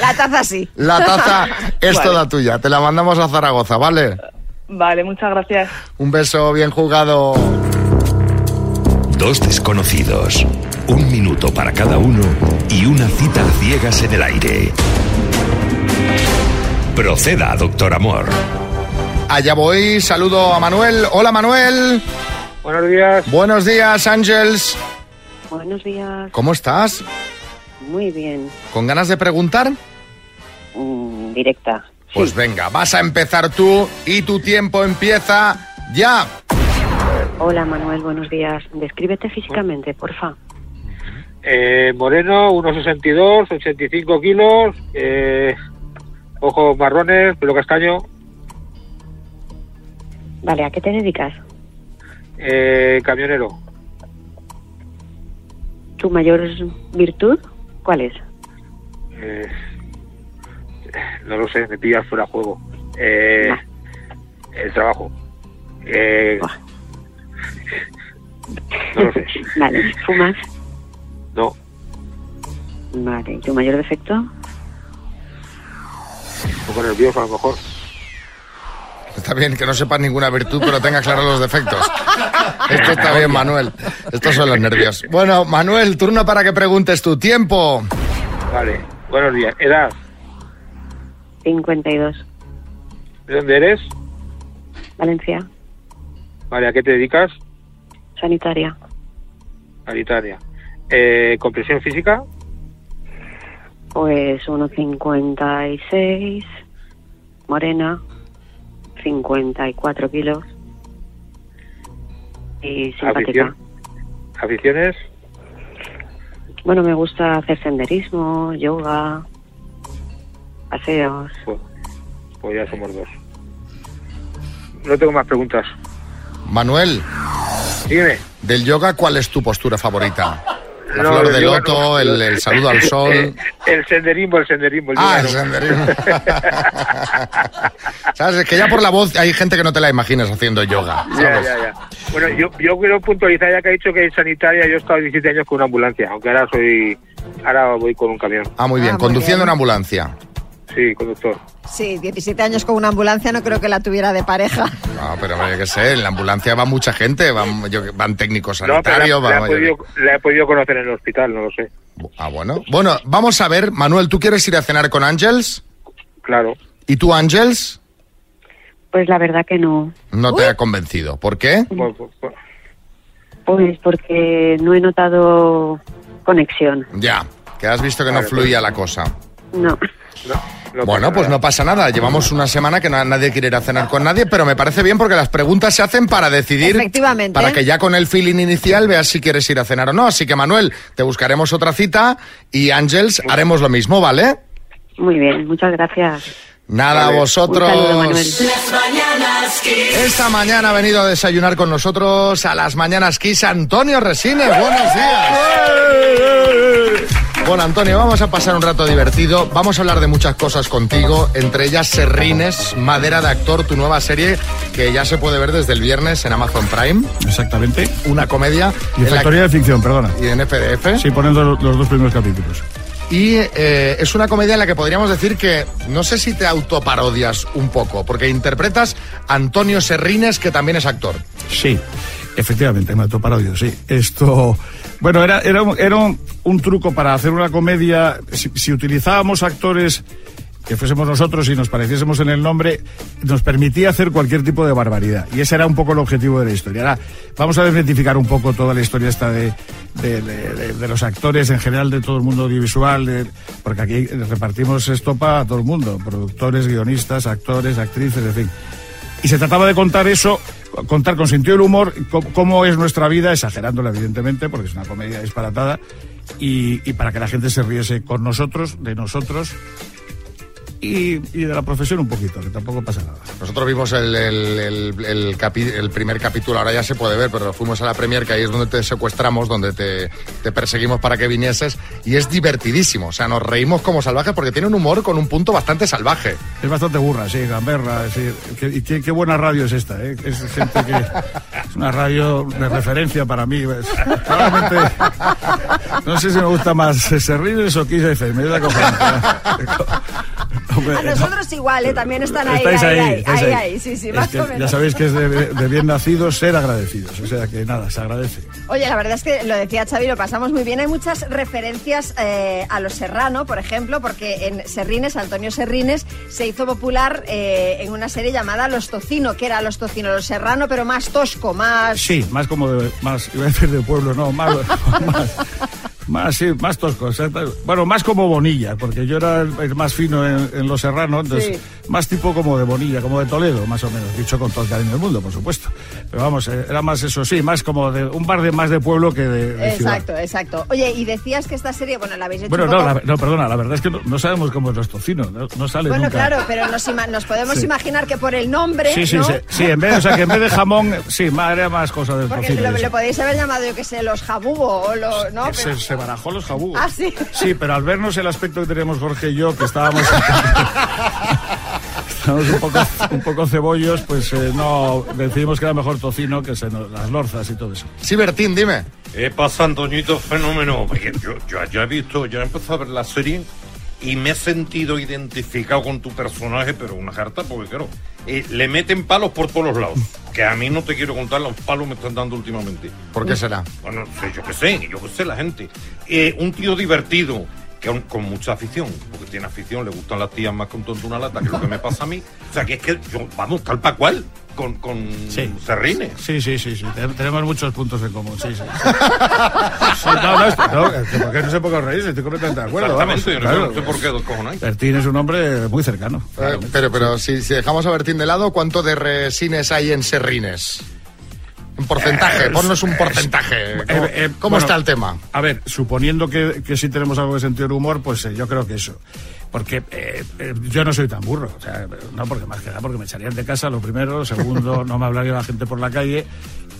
[SPEAKER 5] La taza sí.
[SPEAKER 3] La taza es
[SPEAKER 14] Vale.
[SPEAKER 3] toda tuya. Te la mandamos a Zaragoza, ¿vale?
[SPEAKER 14] Vale, muchas gracias.
[SPEAKER 3] Un beso, bien jugado.
[SPEAKER 13] Dos desconocidos, un minuto para cada uno y una cita a ciegas en el aire. Proceda, doctor amor.
[SPEAKER 3] Allá voy, saludo a Manuel. Hola Manuel.
[SPEAKER 15] Buenos días.
[SPEAKER 3] Buenos días, Ángels.
[SPEAKER 15] Buenos días.
[SPEAKER 3] ¿Cómo estás?
[SPEAKER 15] Muy bien.
[SPEAKER 3] ¿Con ganas de preguntar?
[SPEAKER 15] directa.
[SPEAKER 3] Pues venga, vas a empezar tú y tu tiempo empieza ya.
[SPEAKER 15] Hola Manuel, buenos días. Descríbete físicamente, porfa.
[SPEAKER 16] Eh, moreno, 1,62, 85 kilos, eh, ojos marrones, pelo castaño,
[SPEAKER 15] Vale, ¿a qué te dedicas?
[SPEAKER 16] eh, camionero.
[SPEAKER 15] ¿Tu mayor virtud? ¿Cuál es?
[SPEAKER 16] Eh, no lo sé, me pillas fuera de juego. Eh, El trabajo. Eh, no lo sé.
[SPEAKER 15] Vale, ¿fumas?
[SPEAKER 16] No.
[SPEAKER 15] Vale, ¿y tu mayor defecto?
[SPEAKER 16] Un poco nervioso a lo mejor.
[SPEAKER 3] Está bien que no sepas ninguna virtud, pero tenga claros los defectos. Esto está bien, Manuel. Estos son los nervios. Bueno, Manuel, turno para que preguntes tu tiempo.
[SPEAKER 16] Vale, buenos días. Edad,
[SPEAKER 15] 52.
[SPEAKER 16] ¿de dónde eres?
[SPEAKER 15] Valencia,
[SPEAKER 16] Vale, ¿a qué te dedicas?
[SPEAKER 15] sanitaria.
[SPEAKER 16] A Italia. Eh, ¿Compresión física?
[SPEAKER 15] Pues 1,56. Morena, 54 kilos. Y
[SPEAKER 16] Afición.
[SPEAKER 15] simpática.
[SPEAKER 16] ¿Aficiones?
[SPEAKER 15] Bueno, me gusta hacer senderismo, yoga, paseos.
[SPEAKER 16] Pues ya somos dos. No tengo más preguntas.
[SPEAKER 3] Manuel.
[SPEAKER 16] Dime.
[SPEAKER 3] Del yoga, ¿cuál es tu postura favorita? La
[SPEAKER 16] No,
[SPEAKER 3] flor
[SPEAKER 16] el
[SPEAKER 3] de
[SPEAKER 16] yoga
[SPEAKER 3] loto,
[SPEAKER 16] no.
[SPEAKER 3] el, el saludo al sol.
[SPEAKER 16] El senderismo, el senderismo. El
[SPEAKER 3] Ah,
[SPEAKER 16] yoga
[SPEAKER 3] el
[SPEAKER 16] no.
[SPEAKER 3] senderismo. ¿Sabes? Es que ya por la voz hay gente que no te la imaginas haciendo yoga.
[SPEAKER 16] Ya,
[SPEAKER 3] ¿sabes?
[SPEAKER 16] ya, ya. Bueno, yo, yo quiero puntualizar ya que ha dicho que es sanitaria. Yo he estado 17 años con una ambulancia, aunque ahora soy. Ahora voy con un camión.
[SPEAKER 3] Ah, muy bien. Conduciendo una ambulancia.
[SPEAKER 16] Sí, conductor.
[SPEAKER 5] Sí, 17 años con una ambulancia no creo que la tuviera de pareja.
[SPEAKER 3] No, Ah, pero hombre, yo qué sé, en la ambulancia va mucha gente, van, yo- van técnicos sanitarios.
[SPEAKER 16] no, pero la, la
[SPEAKER 3] va-
[SPEAKER 16] he podido, la he podido conocer en el hospital, no lo sé.
[SPEAKER 3] Ah, bueno. Bueno, vamos a ver, Manuel, ¿tú quieres ir a cenar con Ángels?
[SPEAKER 16] Claro.
[SPEAKER 3] ¿Y tú, Ángels?
[SPEAKER 15] Pues la verdad que no.
[SPEAKER 3] No te ha convencido. ¿Por qué?
[SPEAKER 16] Por, por- por-
[SPEAKER 15] Pues porque no he notado conexión.
[SPEAKER 3] Ya, que has visto que no
[SPEAKER 16] pues.
[SPEAKER 3] fluía la cosa.
[SPEAKER 15] No.
[SPEAKER 3] Bueno, pues no pasa nada. Llevamos una semana que no- nadie quiere ir a cenar con nadie, pero me parece bien porque las preguntas se hacen para decidir,
[SPEAKER 5] Efectivamente.
[SPEAKER 3] para que ya con el feeling inicial veas si quieres ir a cenar o no. Así que Manuel, te buscaremos otra cita y Ángels haremos lo mismo, ¿vale?
[SPEAKER 15] Muy bien, muchas gracias.
[SPEAKER 3] Nada, a
[SPEAKER 15] Vale.
[SPEAKER 3] vosotros.
[SPEAKER 15] Un saludo, Manuel.
[SPEAKER 1] Las mañanas Kiss.
[SPEAKER 3] Esta mañana ha venido a desayunar con nosotros a las mañanas Kiss Antonio Resines. Buenos días. Bueno, Antonio, vamos a pasar un rato divertido. Vamos a hablar de muchas cosas contigo, entre ellas Serrines, Madera de Actor, tu nueva serie que ya se puede ver desde el viernes en Amazon Prime.
[SPEAKER 17] Exactamente.
[SPEAKER 3] Una comedia.
[SPEAKER 17] Y
[SPEAKER 3] en la-
[SPEAKER 17] Factoría de Ficción, perdona.
[SPEAKER 3] Y en FDF.
[SPEAKER 17] Sí, ponen los, los dos primeros capítulos.
[SPEAKER 3] Y eh, es una comedia en la que podríamos decir que no sé si te autoparodias un poco, porque interpretas a Antonio Serrines, que también es actor.
[SPEAKER 17] Sí, efectivamente, me autoparodio, sí. Esto. Bueno, era, era, un, era un, un truco para hacer una comedia. Si, si utilizábamos actores que fuésemos nosotros y nos pareciésemos en el nombre, nos permitía hacer cualquier tipo de barbaridad. Y ese era un poco el objetivo de la historia. Ahora, vamos a desmitificar un poco toda la historia esta de, de- de- de- de los actores, en general de todo el mundo audiovisual, de- porque aquí repartimos estopa a todo el mundo, productores, guionistas, actores, actrices, en fin. Y se trataba de contar eso, contar con sentido del humor co- cómo es nuestra vida, exagerándola evidentemente, porque es una comedia disparatada, y, y para que la gente se riese con nosotros, de nosotros, y, y de la profesión un poquito, que tampoco pasa nada.
[SPEAKER 3] Nosotros vimos el, el- el- el capi- el primer capítulo, ahora ya se puede ver, pero fuimos a la premier, que ahí es donde te secuestramos, donde te, te perseguimos para que vinieses, y es divertidísimo. O sea, nos reímos como salvajes porque tiene un humor con un punto bastante salvaje.
[SPEAKER 17] Es bastante burra, sí, gamberra, es decir, que- y qué, qué buena radio es esta, ¿eh? Es gente que es una radio de referencia para mí. es- probablemente, no sé si me gusta más Serrines o Kiss FM, es la conferencia.
[SPEAKER 5] A nosotros igual, ¿eh? También están ahí,
[SPEAKER 17] Estáis
[SPEAKER 5] ahí,
[SPEAKER 17] ahí,
[SPEAKER 5] ahí,
[SPEAKER 17] estáis
[SPEAKER 5] ahí,
[SPEAKER 17] ahí.
[SPEAKER 5] ahí, sí, sí,
[SPEAKER 17] Es
[SPEAKER 5] más
[SPEAKER 17] que
[SPEAKER 5] o
[SPEAKER 17] ya
[SPEAKER 5] menos.
[SPEAKER 17] sabéis que es de, de bien nacidos ser agradecidos, o sea que nada, se agradece.
[SPEAKER 5] Oye, la verdad es que lo decía Xavi, lo pasamos muy bien. Hay muchas referencias eh, a los Serrano, por ejemplo, porque en Serrines, Antonio Serrines, se hizo popular eh, en una serie llamada Los Tocino, que era Los Tocino, Los Serrano, pero más tosco, más...
[SPEAKER 17] Sí, más como de, más, iba a decir de pueblo, no, más, más, más, sí, más tosco. exacto. Bueno, más como Bonilla, porque yo era el, el más fino en, en Los Serranos, entonces más tipo como de Bonilla, como de Toledo, más o menos, dicho con todo el cariño del mundo, por supuesto. Pero vamos, eh, era más eso, sí, más como de un bar de más de pueblo que de, de ciudad.
[SPEAKER 5] Exacto, exacto. Oye, y decías que esta serie, bueno, la habéis hecho
[SPEAKER 17] Bueno,
[SPEAKER 5] un
[SPEAKER 17] no,
[SPEAKER 5] poco-
[SPEAKER 17] la- no, perdona, la verdad es que no, no sabemos cómo es los tocinos, no, no sale
[SPEAKER 5] Bueno,
[SPEAKER 17] nunca.
[SPEAKER 5] claro, pero nos, ima- nos podemos
[SPEAKER 17] Sí.
[SPEAKER 5] imaginar que por el nombre,
[SPEAKER 17] Sí, sí,
[SPEAKER 5] ¿no?
[SPEAKER 17] sí, sí, en vez, o sea, que en vez de jamón, sí, más, era más cosa del
[SPEAKER 5] Porque
[SPEAKER 17] tocino.
[SPEAKER 5] lo,
[SPEAKER 17] y eso.
[SPEAKER 5] lo podéis haber llamado, yo que sé, los jabugo o los... ¿no?
[SPEAKER 17] Se, se barajó los jabugos.
[SPEAKER 5] Ah, sí.
[SPEAKER 17] Sí, pero al vernos el aspecto que teníamos Jorge y yo, que estábamos, estábamos un, poco, un poco cebollos, pues eh, no, decidimos que era mejor tocino que se nos- las lorzas y todo eso.
[SPEAKER 3] Sí, Bertín, dime.
[SPEAKER 18] ¿Qué pasa, Antoñito? Fenómeno. Porque Yo, yo, yo he visto, yo he empezado a ver la serie y me he sentido identificado con tu personaje, pero una carta, porque claro, eh, le meten palos por todos los lados. Que a mí no te quiero contar los palos me están dando últimamente.
[SPEAKER 3] ¿Por qué será?
[SPEAKER 18] Bueno, no sé, yo qué sé, yo qué sé, la gente. Eh, un tío divertido, que aun- con mucha afición, porque tiene afición, le gustan las tías más que un tonto una lata, que es lo que me pasa a mí. O sea, que es que yo, vamos, tal pa' cual, con, con serrines.
[SPEAKER 17] Sí, sí, sí, sí. te- Tenemos muchos puntos en común, sí, sí. Sí, no, no, esto- no, que- porque no sé por qué os reís, estoy completamente de acuerdo. vamos,
[SPEAKER 18] Exactamente, yo no, sé-
[SPEAKER 17] claro.
[SPEAKER 18] no sé por qué dos cojones.
[SPEAKER 17] Bertín es un hombre muy cercano.
[SPEAKER 3] Eh, pero pero si, si dejamos a Bertín de lado, ¿cuánto de resines hay en Serrines? Un porcentaje, ponnos un porcentaje. ¿Cómo,
[SPEAKER 17] Eh, eh,
[SPEAKER 3] cómo
[SPEAKER 17] bueno,
[SPEAKER 3] está el tema?
[SPEAKER 17] A ver, suponiendo que, que sí tenemos algo de sentido del humor, pues eh, yo creo que eso. Porque eh, eh, yo no soy tan burro. O sea, no porque más que nada, porque me echarían de casa lo primero, lo segundo, no me hablaría la gente por la calle.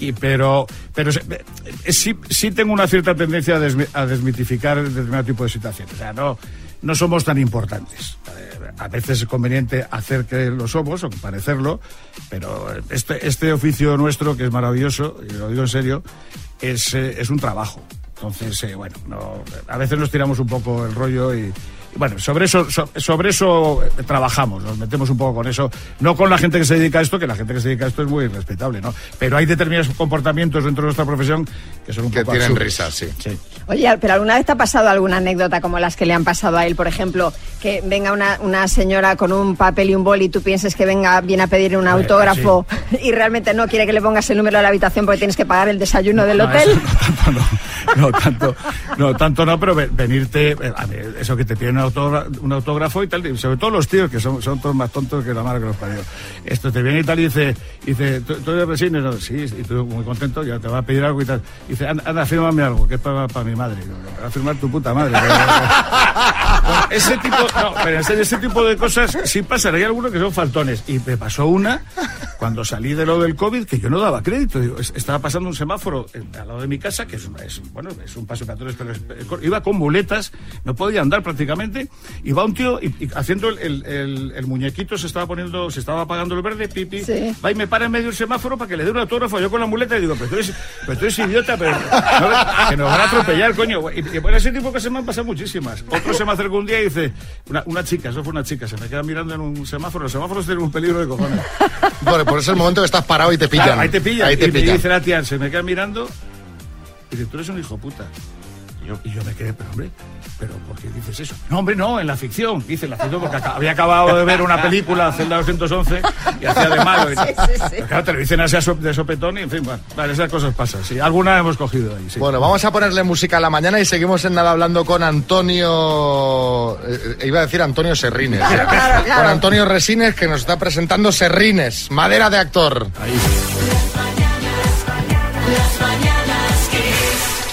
[SPEAKER 17] Y, pero pero se- eh, eh, sí, sí tengo una cierta tendencia a, desmi- a desmitificar determinado tipo de situaciones. O sea, no, no somos tan importantes. Eh, A veces es conveniente hacer que lo somos o parecerlo, pero eh, este, este oficio nuestro, que es maravilloso, y lo digo en serio, es, eh, es un trabajo. Entonces, eh, bueno, no- a veces nos tiramos un poco el rollo y, Bueno, sobre eso, so- sobre eso eh, trabajamos, nos metemos un poco con eso. No con la gente que se dedica a esto, que la gente que se dedica a esto es muy respetable, ¿no? Pero hay determinados comportamientos dentro de nuestra profesión que son un
[SPEAKER 3] Que
[SPEAKER 17] poco
[SPEAKER 3] tienen
[SPEAKER 17] absurdos.
[SPEAKER 3] risas, sí.
[SPEAKER 5] Oye, pero ¿alguna vez te ha pasado alguna anécdota como las que le han pasado a él? Por ejemplo, que venga una, una señora con un papel y un boli y tú pienses que venga, viene a pedir un
[SPEAKER 17] Hombre,
[SPEAKER 5] autógrafo y realmente no quiere que le pongas el número de la habitación porque tienes que pagar el desayuno del hotel.
[SPEAKER 17] No, tanto no, tanto no pero ve- venirte, eh, a ver, eso que te piden un autógrafo, un autógrafo y tal, y sobre todo los tíos que son, son todos más tontos que la madre que los parió. Esto te viene y tal y dice, dice ¿tú, tú eres Resines? No, sí, y tú muy contento, ya te va a pedir algo y tal. Y dice, anda, anda, fírmame algo, que es para, para mi madre. Y yo, "Lo va a firmar tu puta madre. Bueno, ese tipo, no, pero en serio, ese tipo de cosas sí pasan. Hay algunos que son faltones. Y me pasó una cuando salí de lo del COVID que yo no daba crédito. Digo, es- estaba pasando un semáforo en- al lado de mi casa, que es, una- es- bueno, es un paso de peatones, pero es- es cor- iba con muletas, no podía andar prácticamente. Y va un tío y, y haciendo el, el- el- el muñequito, se estaba poniendo, se estaba apagando el verde, pipi.
[SPEAKER 5] Sí.
[SPEAKER 17] Va y me para en medio del semáforo para que le dé un autógrafo. Yo con la muleta y digo, pero tú eres, pero tú eres idiota, pero no ves que nos van a atropellar, coño. Y, y bueno, ese tipo de cosas me han pasado muchísimas. Otro se me acercó un día y dice, una, una chica, eso fue una chica, se me queda mirando en un semáforo. Los semáforos tienen un peligro de cojones.
[SPEAKER 3] Por, por ese pues momento que estás parado y te pillan.
[SPEAKER 17] Claro, ahí te pillan.
[SPEAKER 3] Ahí te
[SPEAKER 17] y me
[SPEAKER 3] pillan.
[SPEAKER 17] dice la tía, se me queda mirando y dice, tú eres un hijo puta. Y yo, y yo me quedé, pero hombre, ¿pero por qué dices eso? No, hombre, no, en la ficción. Dice en la ficción porque aca- había acabado de ver una película, Celda 211, y hacía de malo. Y,
[SPEAKER 3] Sí, sí, sí.
[SPEAKER 17] Pero claro, te lo dicen así a so- de sopetón y en fin, bueno, vale, esas cosas pasan. Sí, alguna hemos cogido ahí, sí.
[SPEAKER 3] Bueno, vamos a ponerle música a la mañana y seguimos en nada hablando con Antonio. eh, eh, iba a decir Antonio Serrines. Con Antonio Resines que nos está presentando Serrines, madera de actor.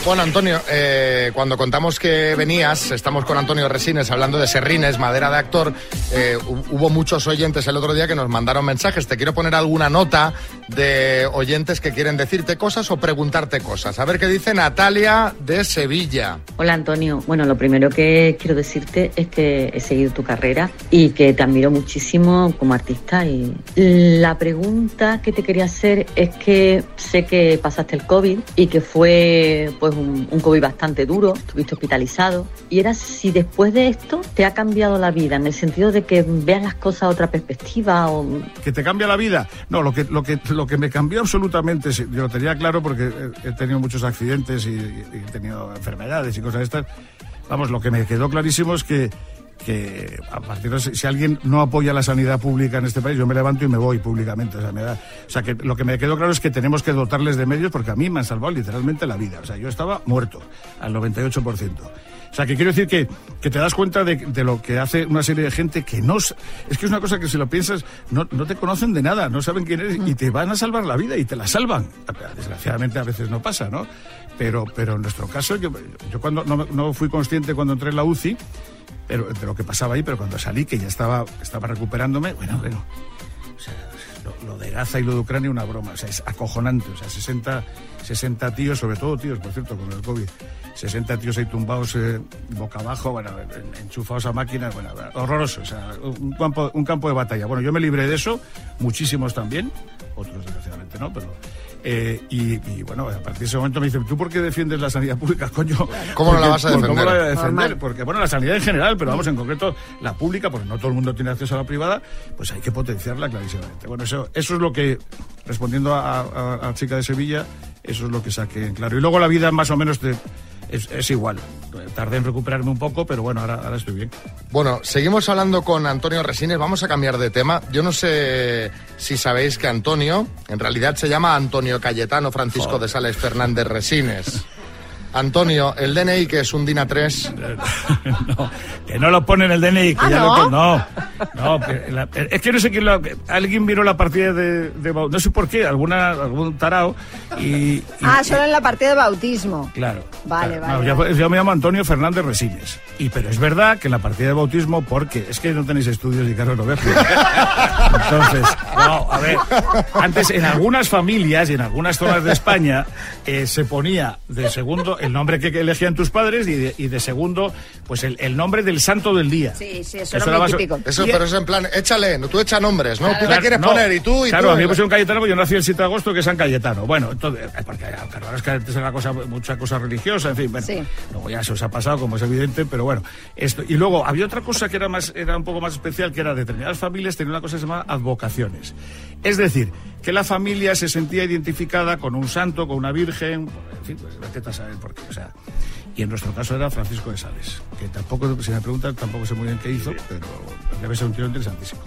[SPEAKER 3] Bueno, Antonio, eh, cuando contamos que venías, estamos con Antonio Resines hablando de serrines, madera de actor. eh, hu- hubo muchos oyentes el otro día que nos mandaron mensajes. Te quiero poner alguna nota de oyentes que quieren decirte cosas o preguntarte cosas. A ver qué dice Natalia de Sevilla.
[SPEAKER 19] Hola Antonio, bueno lo primero que quiero decirte es que he seguido tu carrera y que te admiro muchísimo como artista y la pregunta que te quería hacer es que sé que pasaste el COVID y que fue pues un, un COVID bastante duro, estuviste hospitalizado y era si después de esto te ha cambiado la vida en el sentido de que veas las cosas a otra perspectiva o
[SPEAKER 17] que te cambia la vida. No, lo que, lo que, lo que me cambió absolutamente, sí, yo lo tenía claro porque he he tenido muchos accidentes y, y he tenido enfermedades y cosas de estas. Vamos, lo que me quedó clarísimo es que, que a partir de si, si alguien no apoya la sanidad pública en este país, yo me levanto y me voy públicamente. O sea, me da- o sea, que lo que me quedó claro es que tenemos que dotarles de medios porque a mí me han salvado literalmente la vida. O sea, yo estaba muerto al 98%. O sea, que quiero decir que, que te das cuenta de, de lo que hace una serie de gente que no... s- Es que es una cosa que si lo piensas, no, no te conocen de nada, no saben quién eres y te van a salvar la vida y te la salvan. Desgraciadamente a veces no pasa, ¿no? Pero, pero en nuestro caso, yo, yo cuando no, no fui consciente cuando entré en la UCI pero, de lo que pasaba ahí, pero cuando salí, que ya estaba, estaba recuperándome, bueno, bueno, lo de Gaza y lo de Ucrania una broma, o sea, es acojonante, o sea, 60, 60 tíos, sobre todo tíos, por cierto, con el COVID, 60 tíos ahí tumbados eh, boca abajo, bueno, en- enchufados a máquinas, bueno, horroroso, o sea, un campo, un campo de batalla. Bueno, yo me libré de eso, muchísimos también, otros desgraciadamente no, pero... eh, y, y, bueno, a partir de ese momento me dicen, ¿tú por qué defiendes la sanidad pública, coño?
[SPEAKER 3] ¿Cómo no la
[SPEAKER 17] Porque-
[SPEAKER 3] vas a
[SPEAKER 17] ¿cómo
[SPEAKER 3] defender?
[SPEAKER 17] la voy a defender?
[SPEAKER 3] Normal.
[SPEAKER 17] Porque, bueno, la sanidad en general, pero vamos, en concreto, la pública, porque no todo el mundo tiene acceso a la privada, pues hay que potenciarla clarísimamente. Bueno, eso, eso es lo que, respondiendo a, a- a la chica de Sevilla, eso es lo que saqué en claro. Y luego la vida más o menos te- es, es igual. Tardé en recuperarme un poco, pero bueno, ahora, ahora estoy bien.
[SPEAKER 3] Bueno, seguimos hablando con Antonio Resines. Vamos a cambiar de tema. Yo no sé si sabéis que Antonio, en realidad se llama Antonio Cayetano Francisco de Sales Fernández Resines. Antonio, el DNI que es un DINA 3.
[SPEAKER 17] Que no lo pone en el DNI, que
[SPEAKER 3] ¿Ah,
[SPEAKER 17] ya
[SPEAKER 3] no?
[SPEAKER 17] lo que- No, no, que la- es que no sé quién lo. Alguien miró la partida de. de Bau- no sé por qué, alguna, algún tarao. Y, y-
[SPEAKER 5] Ah, solo en la partida de bautismo.
[SPEAKER 17] Claro.
[SPEAKER 5] Vale,
[SPEAKER 17] Claro,
[SPEAKER 5] vale.
[SPEAKER 17] ya-
[SPEAKER 5] vale.
[SPEAKER 17] yo, me llamo Antonio Fernández Resines. Y pero es verdad que en la partida de bautismo, porque es que no tenéis estudios y Carlos lo ve. Entonces, no, a ver, antes en algunas familias y en algunas zonas de España eh, se ponía de segundo, el nombre que que elegían tus padres y de, y de segundo, pues el, el nombre del santo del día.
[SPEAKER 5] Sí, sí,
[SPEAKER 17] era más-
[SPEAKER 3] Eso, pero es en plan, échale, no, tú echa nombres, ¿no? Tú te
[SPEAKER 17] Claro,
[SPEAKER 3] quieres
[SPEAKER 17] no.
[SPEAKER 3] poner y tú y
[SPEAKER 17] Claro,
[SPEAKER 3] tú.
[SPEAKER 17] a mí me pusieron Cayetano porque yo nací el 7 de agosto, que es San Cayetano. Bueno, entonces, eh, porque eh, pero ahora es que antes era cosa, mucha cosa religiosa, en fin, bueno. Luego ya se os ha pasado, como es evidente, pero bueno. Esto. Y luego había otra cosa que era, más, era un poco más especial, que era determinadas familias tenían una cosa que se llamaba advocaciones. Es decir, que la familia se sentía identificada con un santo, con una virgen, en fin, pues vete a saber por qué, o sea... Y en nuestro caso era Francisco de Sales, que tampoco, si me preguntan, tampoco sé muy bien qué hizo, pero debe ser un tío interesantísimo.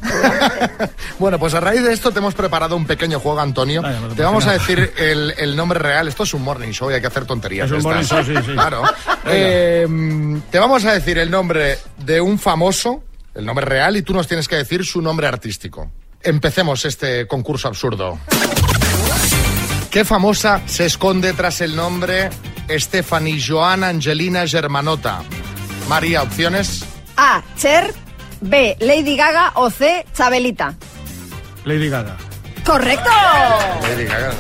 [SPEAKER 3] Bueno, pues a raíz de esto te hemos preparado un pequeño juego, Antonio.
[SPEAKER 17] Vaya, Ah, me lo
[SPEAKER 3] te vamos a
[SPEAKER 17] imaginaba.
[SPEAKER 3] decir el, el nombre real. Esto es un morning show y hay que hacer tonterías.
[SPEAKER 17] Es un
[SPEAKER 3] de
[SPEAKER 17] morning
[SPEAKER 3] estas.
[SPEAKER 17] show, sí, sí.
[SPEAKER 3] Claro.
[SPEAKER 17] Venga.
[SPEAKER 3] Eh, te vamos a decir el nombre de un famoso, el nombre real, y tú nos tienes que decir su nombre artístico. Empecemos este concurso absurdo. ¿Qué famosa se esconde tras el nombre Stephanie Joana Angelina Germanota? María, opciones.
[SPEAKER 5] A. Cher. B. Lady Gaga. O C. Chabelita.
[SPEAKER 17] Lady Gaga.
[SPEAKER 5] ¡Correcto!
[SPEAKER 3] Lady Gaga.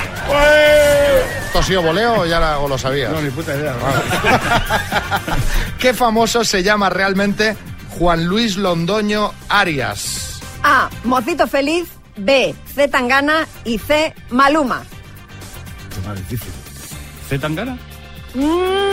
[SPEAKER 3] ¿Esto ha sido Pues- voleo o ya la- o lo sabías?
[SPEAKER 17] No, ni puta idea.
[SPEAKER 3] ¿Qué famoso se llama realmente Juan Luis Londoño Arias?
[SPEAKER 5] A. Mocito Feliz. B. C. Tangana. Y C. Maluma.
[SPEAKER 17] Es más difícil. ¿C Tangana?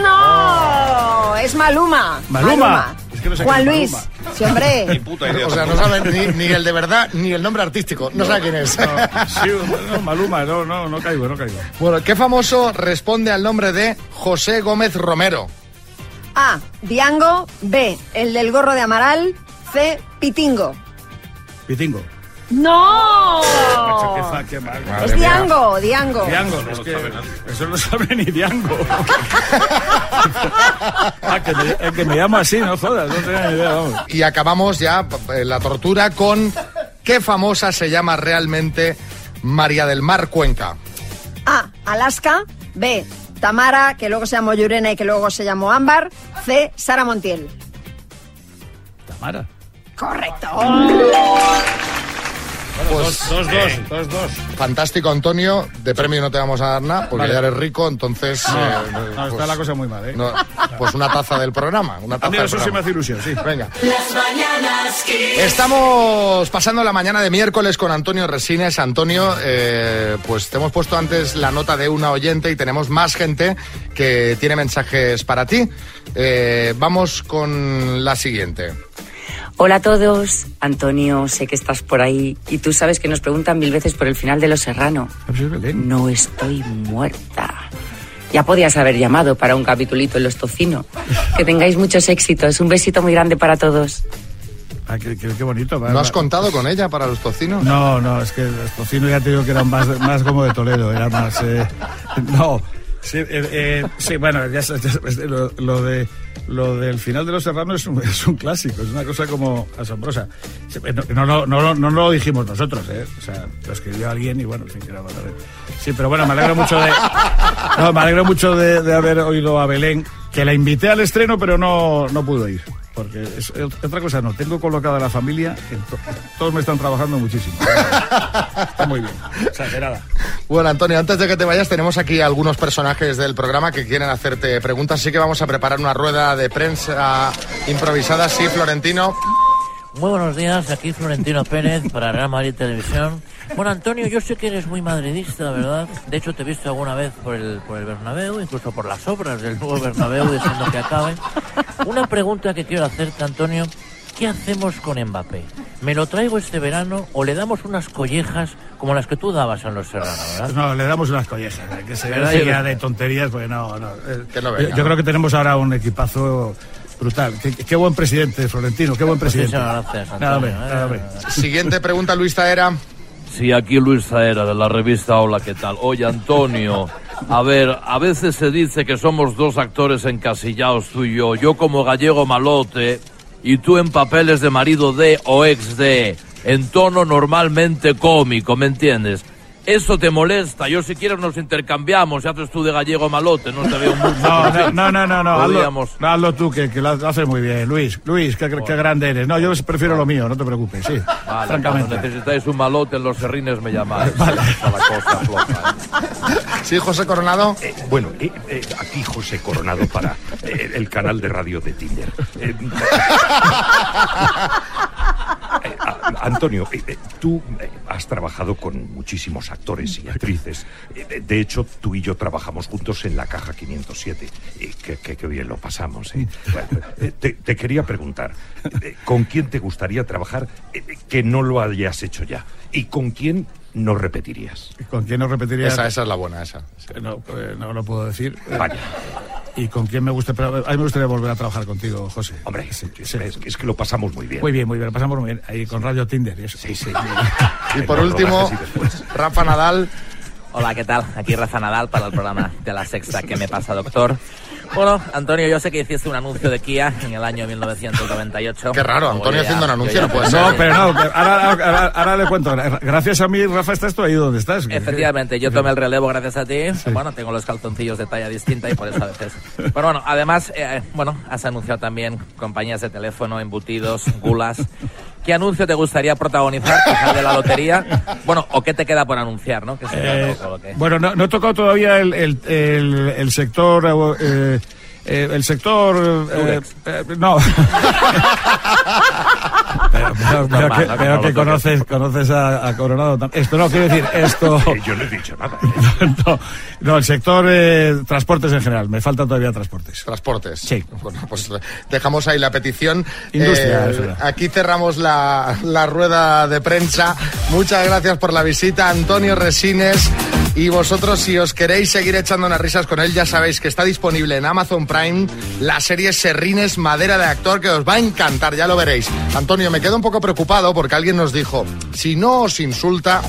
[SPEAKER 5] ¡No! Es Maluma.
[SPEAKER 17] Maluma. Es que no sé
[SPEAKER 5] Juan
[SPEAKER 17] quién es
[SPEAKER 5] Luis.
[SPEAKER 17] Maluma.
[SPEAKER 5] Sí, hombre.
[SPEAKER 17] Ni puta idea.
[SPEAKER 3] O sea, no saben ni, ni el de verdad ni el nombre artístico. No, sabe quién es.
[SPEAKER 17] No, sí, no, Maluma, no, no, no caigo, no caigo.
[SPEAKER 3] Bueno, ¿qué famoso responde al nombre de José Gómez Romero?
[SPEAKER 5] A. Diango. B. El del gorro de Amaral. C. Pitingo.
[SPEAKER 17] Pitingo.
[SPEAKER 5] ¡No!
[SPEAKER 17] Macho, qué fa- qué mal.
[SPEAKER 5] Es Diango, Diango.
[SPEAKER 17] Diango, es que eso no sabe ni Diango. ah, que me, eh, que me llamo así, no jodas, no tenía ni idea, vamos.
[SPEAKER 3] Y acabamos ya eh, la tortura con ¿qué famosa se llama realmente María del Mar Cuenca?
[SPEAKER 5] A. Alaska. B. Tamara, que luego se llamó Yurena y que luego se llamó Ámbar. C. Sara Montiel.
[SPEAKER 17] Tamara.
[SPEAKER 5] Correcto.
[SPEAKER 3] Pues-
[SPEAKER 17] dos, dos,
[SPEAKER 3] Eh.
[SPEAKER 17] dos, dos, dos.
[SPEAKER 3] Fantástico, Antonio. De premio no te vamos a dar nada porque
[SPEAKER 17] Vale.
[SPEAKER 3] ya eres rico, entonces. eh,
[SPEAKER 17] No, no, está
[SPEAKER 3] pues-
[SPEAKER 17] la cosa muy mal, ¿eh?
[SPEAKER 3] No, pues una taza del programa. Una taza
[SPEAKER 17] A mí eso
[SPEAKER 3] del
[SPEAKER 17] sí me
[SPEAKER 3] programa.
[SPEAKER 17] hace ilusión, sí.
[SPEAKER 3] Venga.
[SPEAKER 1] Las mañanas Kiss.
[SPEAKER 3] Estamos pasando la mañana de miércoles con Antonio Resines. Antonio, eh, pues te hemos puesto antes la nota de una oyente y tenemos más gente que tiene mensajes para ti. Eh, vamos con la siguiente.
[SPEAKER 20] Hola a todos, Antonio, sé que estás por ahí y tú sabes que nos preguntan mil veces por el final de Los Serrano. No estoy muerta. Ya podías haber llamado para un capitulito en Los Tocino. Que tengáis muchos éxitos. Un besito muy grande para todos.
[SPEAKER 17] Ah, qué, qué- qué bonito. va,
[SPEAKER 3] ¿No has
[SPEAKER 17] va.
[SPEAKER 3] contado con ella para los tocinos?
[SPEAKER 17] No, no, es que los tocinos ya te digo que eran más, más como de Toledo, era más... eh, no, sí, eh, eh, sí, bueno, ya, sa- ya sabes, lo, lo de... Lo del final de Los Serranos es un, es un clásico, es una cosa como asombrosa. Sí, eh, No, no, no, no, no lo dijimos nosotros, ¿eh? O sea, lo escribió alguien y bueno, en fin, que era para ver. Sí, pero bueno, me alegro mucho de, no, me alegro mucho de, de haber oído a Belén, que la invité al estreno, pero no, no pudo ir. Porque es- es otra cosa no, tengo colocada la familia, ento- todos me están trabajando muchísimo. Está muy bien, exagerada.
[SPEAKER 3] Bueno, Antonio, antes de que te vayas, tenemos aquí algunos personajes del programa que quieren hacerte preguntas, así que vamos a preparar una rueda de prensa improvisada. Sí, Florentino.
[SPEAKER 21] Muy buenos días, aquí Florentino Pérez para Real Madrid Televisión. Bueno, Antonio, yo sé que eres muy madridista, ¿verdad? De hecho, te he visto alguna vez por el, por el Bernabéu, incluso por las obras del nuevo Bernabéu, deseando que acabe. Una pregunta que quiero hacerte, Antonio. ¿Qué hacemos con Mbappé? ¿Me lo traigo este verano o le damos unas collejas como las que tú dabas a los Serrano, verdad?
[SPEAKER 17] No, le damos unas collejas, ¿eh? que se
[SPEAKER 21] Pero
[SPEAKER 17] vea
[SPEAKER 21] sí,
[SPEAKER 17] ya
[SPEAKER 21] ¿verdad?
[SPEAKER 17] de tonterías, porque no, no. eh,
[SPEAKER 3] no
[SPEAKER 17] yo-
[SPEAKER 3] venga,
[SPEAKER 17] yo,
[SPEAKER 3] ¿no?
[SPEAKER 17] creo que tenemos ahora un equipazo brutal. Qué, qué buen presidente, Florentino, qué buen presidente.
[SPEAKER 21] Muchísimas gracias,
[SPEAKER 17] Nada,
[SPEAKER 21] Antonio,
[SPEAKER 17] hombre,
[SPEAKER 21] ¿eh?
[SPEAKER 17] nada, hombre.
[SPEAKER 3] Siguiente pregunta, Luis Taera.
[SPEAKER 22] Sí, aquí Luis Zaera de la revista Hola, ¿qué tal? Oye, Antonio, a ver, a veces se dice que somos dos actores encasillados tú y yo. Yo como gallego malote y tú en papeles de marido de o ex de, en tono normalmente cómico, ¿me entiendes? Eso te molesta. Yo si quieres nos intercambiamos. Y haces tú de gallego malote. No te veo mucho.
[SPEAKER 17] No,
[SPEAKER 22] pero en
[SPEAKER 17] no, no,
[SPEAKER 22] fin,
[SPEAKER 17] no, no, no, hazlo,
[SPEAKER 22] podríamos-
[SPEAKER 17] no, hazlo tú, que, que lo haces muy bien. Luis, Luis, qué, qué grande eres. No, yo prefiero lo mío, no te preocupes, sí.
[SPEAKER 22] Vale,
[SPEAKER 17] francamente.
[SPEAKER 22] cuando necesitáis un malote en los serrines me llamáis. Está la cosa floja.
[SPEAKER 3] Sí, José Coronado.
[SPEAKER 2] bueno, eh, eh, aquí José Coronado para eh, el canal de radio de Tinder. Eh, eh, a- Antonio, eh, eh, tú eh, has trabajado con muchísimos actores y actrices. Eh, eh, De hecho, tú y yo trabajamos juntos en la caja 507. Eh, Qué qué- qué bien lo pasamos. eh. Bueno, eh, te, te quería preguntar, eh, ¿con quién te gustaría trabajar eh, eh, que no lo hayas hecho ya? ¿Y con quién no repetirías?
[SPEAKER 17] ¿Con quién nos repetirías?
[SPEAKER 2] Esa- esa
[SPEAKER 17] es la buena, esa. No, eh, no lo puedo decir. ¿Y con quién me gusta? Pero a mí me gustaría volver a trabajar contigo, José. Hombre,
[SPEAKER 2] Es, es que lo pasamos muy bien.
[SPEAKER 17] Muy bien, muy bien, lo pasamos muy bien. Ahí con Radio Tinder y eso.
[SPEAKER 2] Sí, sí.
[SPEAKER 3] Y por último, Rafa Nadal.
[SPEAKER 6] Hola, ¿qué tal? Aquí Rafa Nadal para el programa de la sexta que me pasa, doctor. Bueno, Antonio, yo sé que hiciste un anuncio de Kia en el año 1998.
[SPEAKER 3] Qué raro, Antonio
[SPEAKER 6] ah,
[SPEAKER 3] haciendo un anuncio, no puede
[SPEAKER 17] No, pero no, que ahora, ahora- ahora le cuento. Gracias a mí, Rafa, estás tú ahí donde estás.
[SPEAKER 6] Efectivamente, yo tomé el relevo gracias a ti. Bueno, tengo los calzoncillos de talla distinta y por eso a veces. Pero bueno, además, eh, bueno, has anunciado también compañías de teléfono, embutidos, gulas. ¿Qué anuncio te gustaría protagonizar? Quizá de la lotería. Bueno, o qué te queda por anunciar, ¿no? Que sería
[SPEAKER 17] Eh,
[SPEAKER 6] un poco lo que-
[SPEAKER 17] Bueno, no, no he tocado todavía el, el, el- el sector. eh, eh, el sector. eh,
[SPEAKER 6] Durex.
[SPEAKER 17] eh, no. pero pero- pero
[SPEAKER 2] normal,
[SPEAKER 17] que,
[SPEAKER 2] ¿no?
[SPEAKER 17] pero
[SPEAKER 2] Como
[SPEAKER 17] que
[SPEAKER 2] lo
[SPEAKER 17] conoces, conoces a, a Coronado. tam- Esto no quiero decir, esto.
[SPEAKER 2] Eh, Yo no he dicho nada.
[SPEAKER 17] no, no, el sector eh, transportes en general. Me falta todavía transportes.
[SPEAKER 3] Transportes.
[SPEAKER 17] Sí.
[SPEAKER 3] Bueno, pues dejamos ahí la petición.
[SPEAKER 17] Industria,
[SPEAKER 3] Eh,
[SPEAKER 17] es verdad.
[SPEAKER 3] aquí cerramos la, la rueda de prensa. Muchas gracias por la visita, Antonio Resines. Y vosotros, si os queréis seguir echando unas risas con él, ya sabéis que está disponible en Amazon Prime la serie Serrines Madera de Actor, que os va a encantar, ya lo veréis. Antonio, me quedo un poco preocupado porque alguien nos dijo, si no os insulta,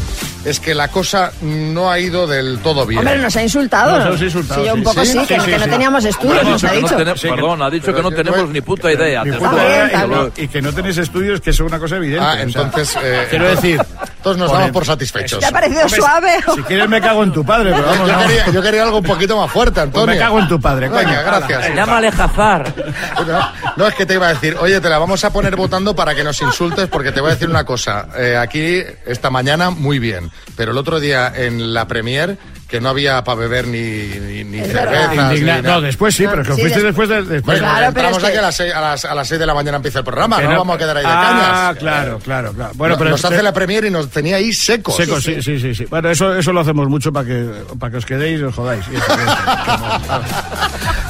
[SPEAKER 3] es que la cosa no ha ido del todo bien.
[SPEAKER 5] Hombre, nos ha insultado.
[SPEAKER 3] Nos has insultado,
[SPEAKER 5] Sí, yo un
[SPEAKER 3] sí.
[SPEAKER 5] poco sí,
[SPEAKER 3] Sí,
[SPEAKER 5] que,
[SPEAKER 3] sí,
[SPEAKER 5] no-
[SPEAKER 3] sí,
[SPEAKER 5] que no
[SPEAKER 3] sí.
[SPEAKER 5] teníamos
[SPEAKER 22] Hombre,
[SPEAKER 5] estudios, nos ha
[SPEAKER 22] que no
[SPEAKER 5] dicho.
[SPEAKER 22] tenemos- perdón, ha dicho que no tenemos ni
[SPEAKER 3] Eh,
[SPEAKER 22] puta idea.
[SPEAKER 17] Ni
[SPEAKER 22] Te
[SPEAKER 17] puta
[SPEAKER 22] juro.
[SPEAKER 17] idea, eh, y,
[SPEAKER 22] Hasta
[SPEAKER 17] que
[SPEAKER 22] luego.
[SPEAKER 17] no- y que no tenéis estudios, que es una cosa evidente.
[SPEAKER 3] Ah,
[SPEAKER 17] o sea,
[SPEAKER 3] entonces, eh,
[SPEAKER 17] quiero decir.
[SPEAKER 3] Todos nos damos por satisfechos. ¿Te ha parecido
[SPEAKER 17] Hombre,
[SPEAKER 3] suave?
[SPEAKER 17] Si quieres, me cago en tu padre, pero vamos.
[SPEAKER 3] yo,
[SPEAKER 17] no.
[SPEAKER 3] quería, yo quería algo un poquito más fuerte,
[SPEAKER 17] Pues
[SPEAKER 3] Antonio.
[SPEAKER 17] me cago en tu padre, coño.
[SPEAKER 3] Venga, gracias.
[SPEAKER 6] Llámale Jafar.
[SPEAKER 3] No, no, es que te iba a decir, oye, te la vamos a poner votando para que nos insultes, porque te voy a decir una cosa. Eh, aquí, esta mañana, muy bien. Pero el otro día en la Premier, que no había para beber ni, ni, ni cervezas.
[SPEAKER 17] Indigna-
[SPEAKER 3] ni nada.
[SPEAKER 17] No, después sí, pero que
[SPEAKER 3] sí,
[SPEAKER 17] fuiste
[SPEAKER 3] des-
[SPEAKER 17] después de- después.
[SPEAKER 3] Bueno, entramos aquí a las, seis, a, las, a las seis de la mañana empieza el programa,
[SPEAKER 17] Que
[SPEAKER 3] no,
[SPEAKER 17] no-
[SPEAKER 3] vamos a quedar ahí de
[SPEAKER 17] Ah,
[SPEAKER 3] cañas.
[SPEAKER 17] claro, claro, claro. Bueno,
[SPEAKER 3] No-
[SPEAKER 17] pero
[SPEAKER 3] nos hace la Premier y nos tenía ahí secos.
[SPEAKER 17] Secos, sí, sí, sí, sí. Bueno, eso, eso lo hacemos mucho para que, para que os quedéis y os jodáis. Y eso, y eso.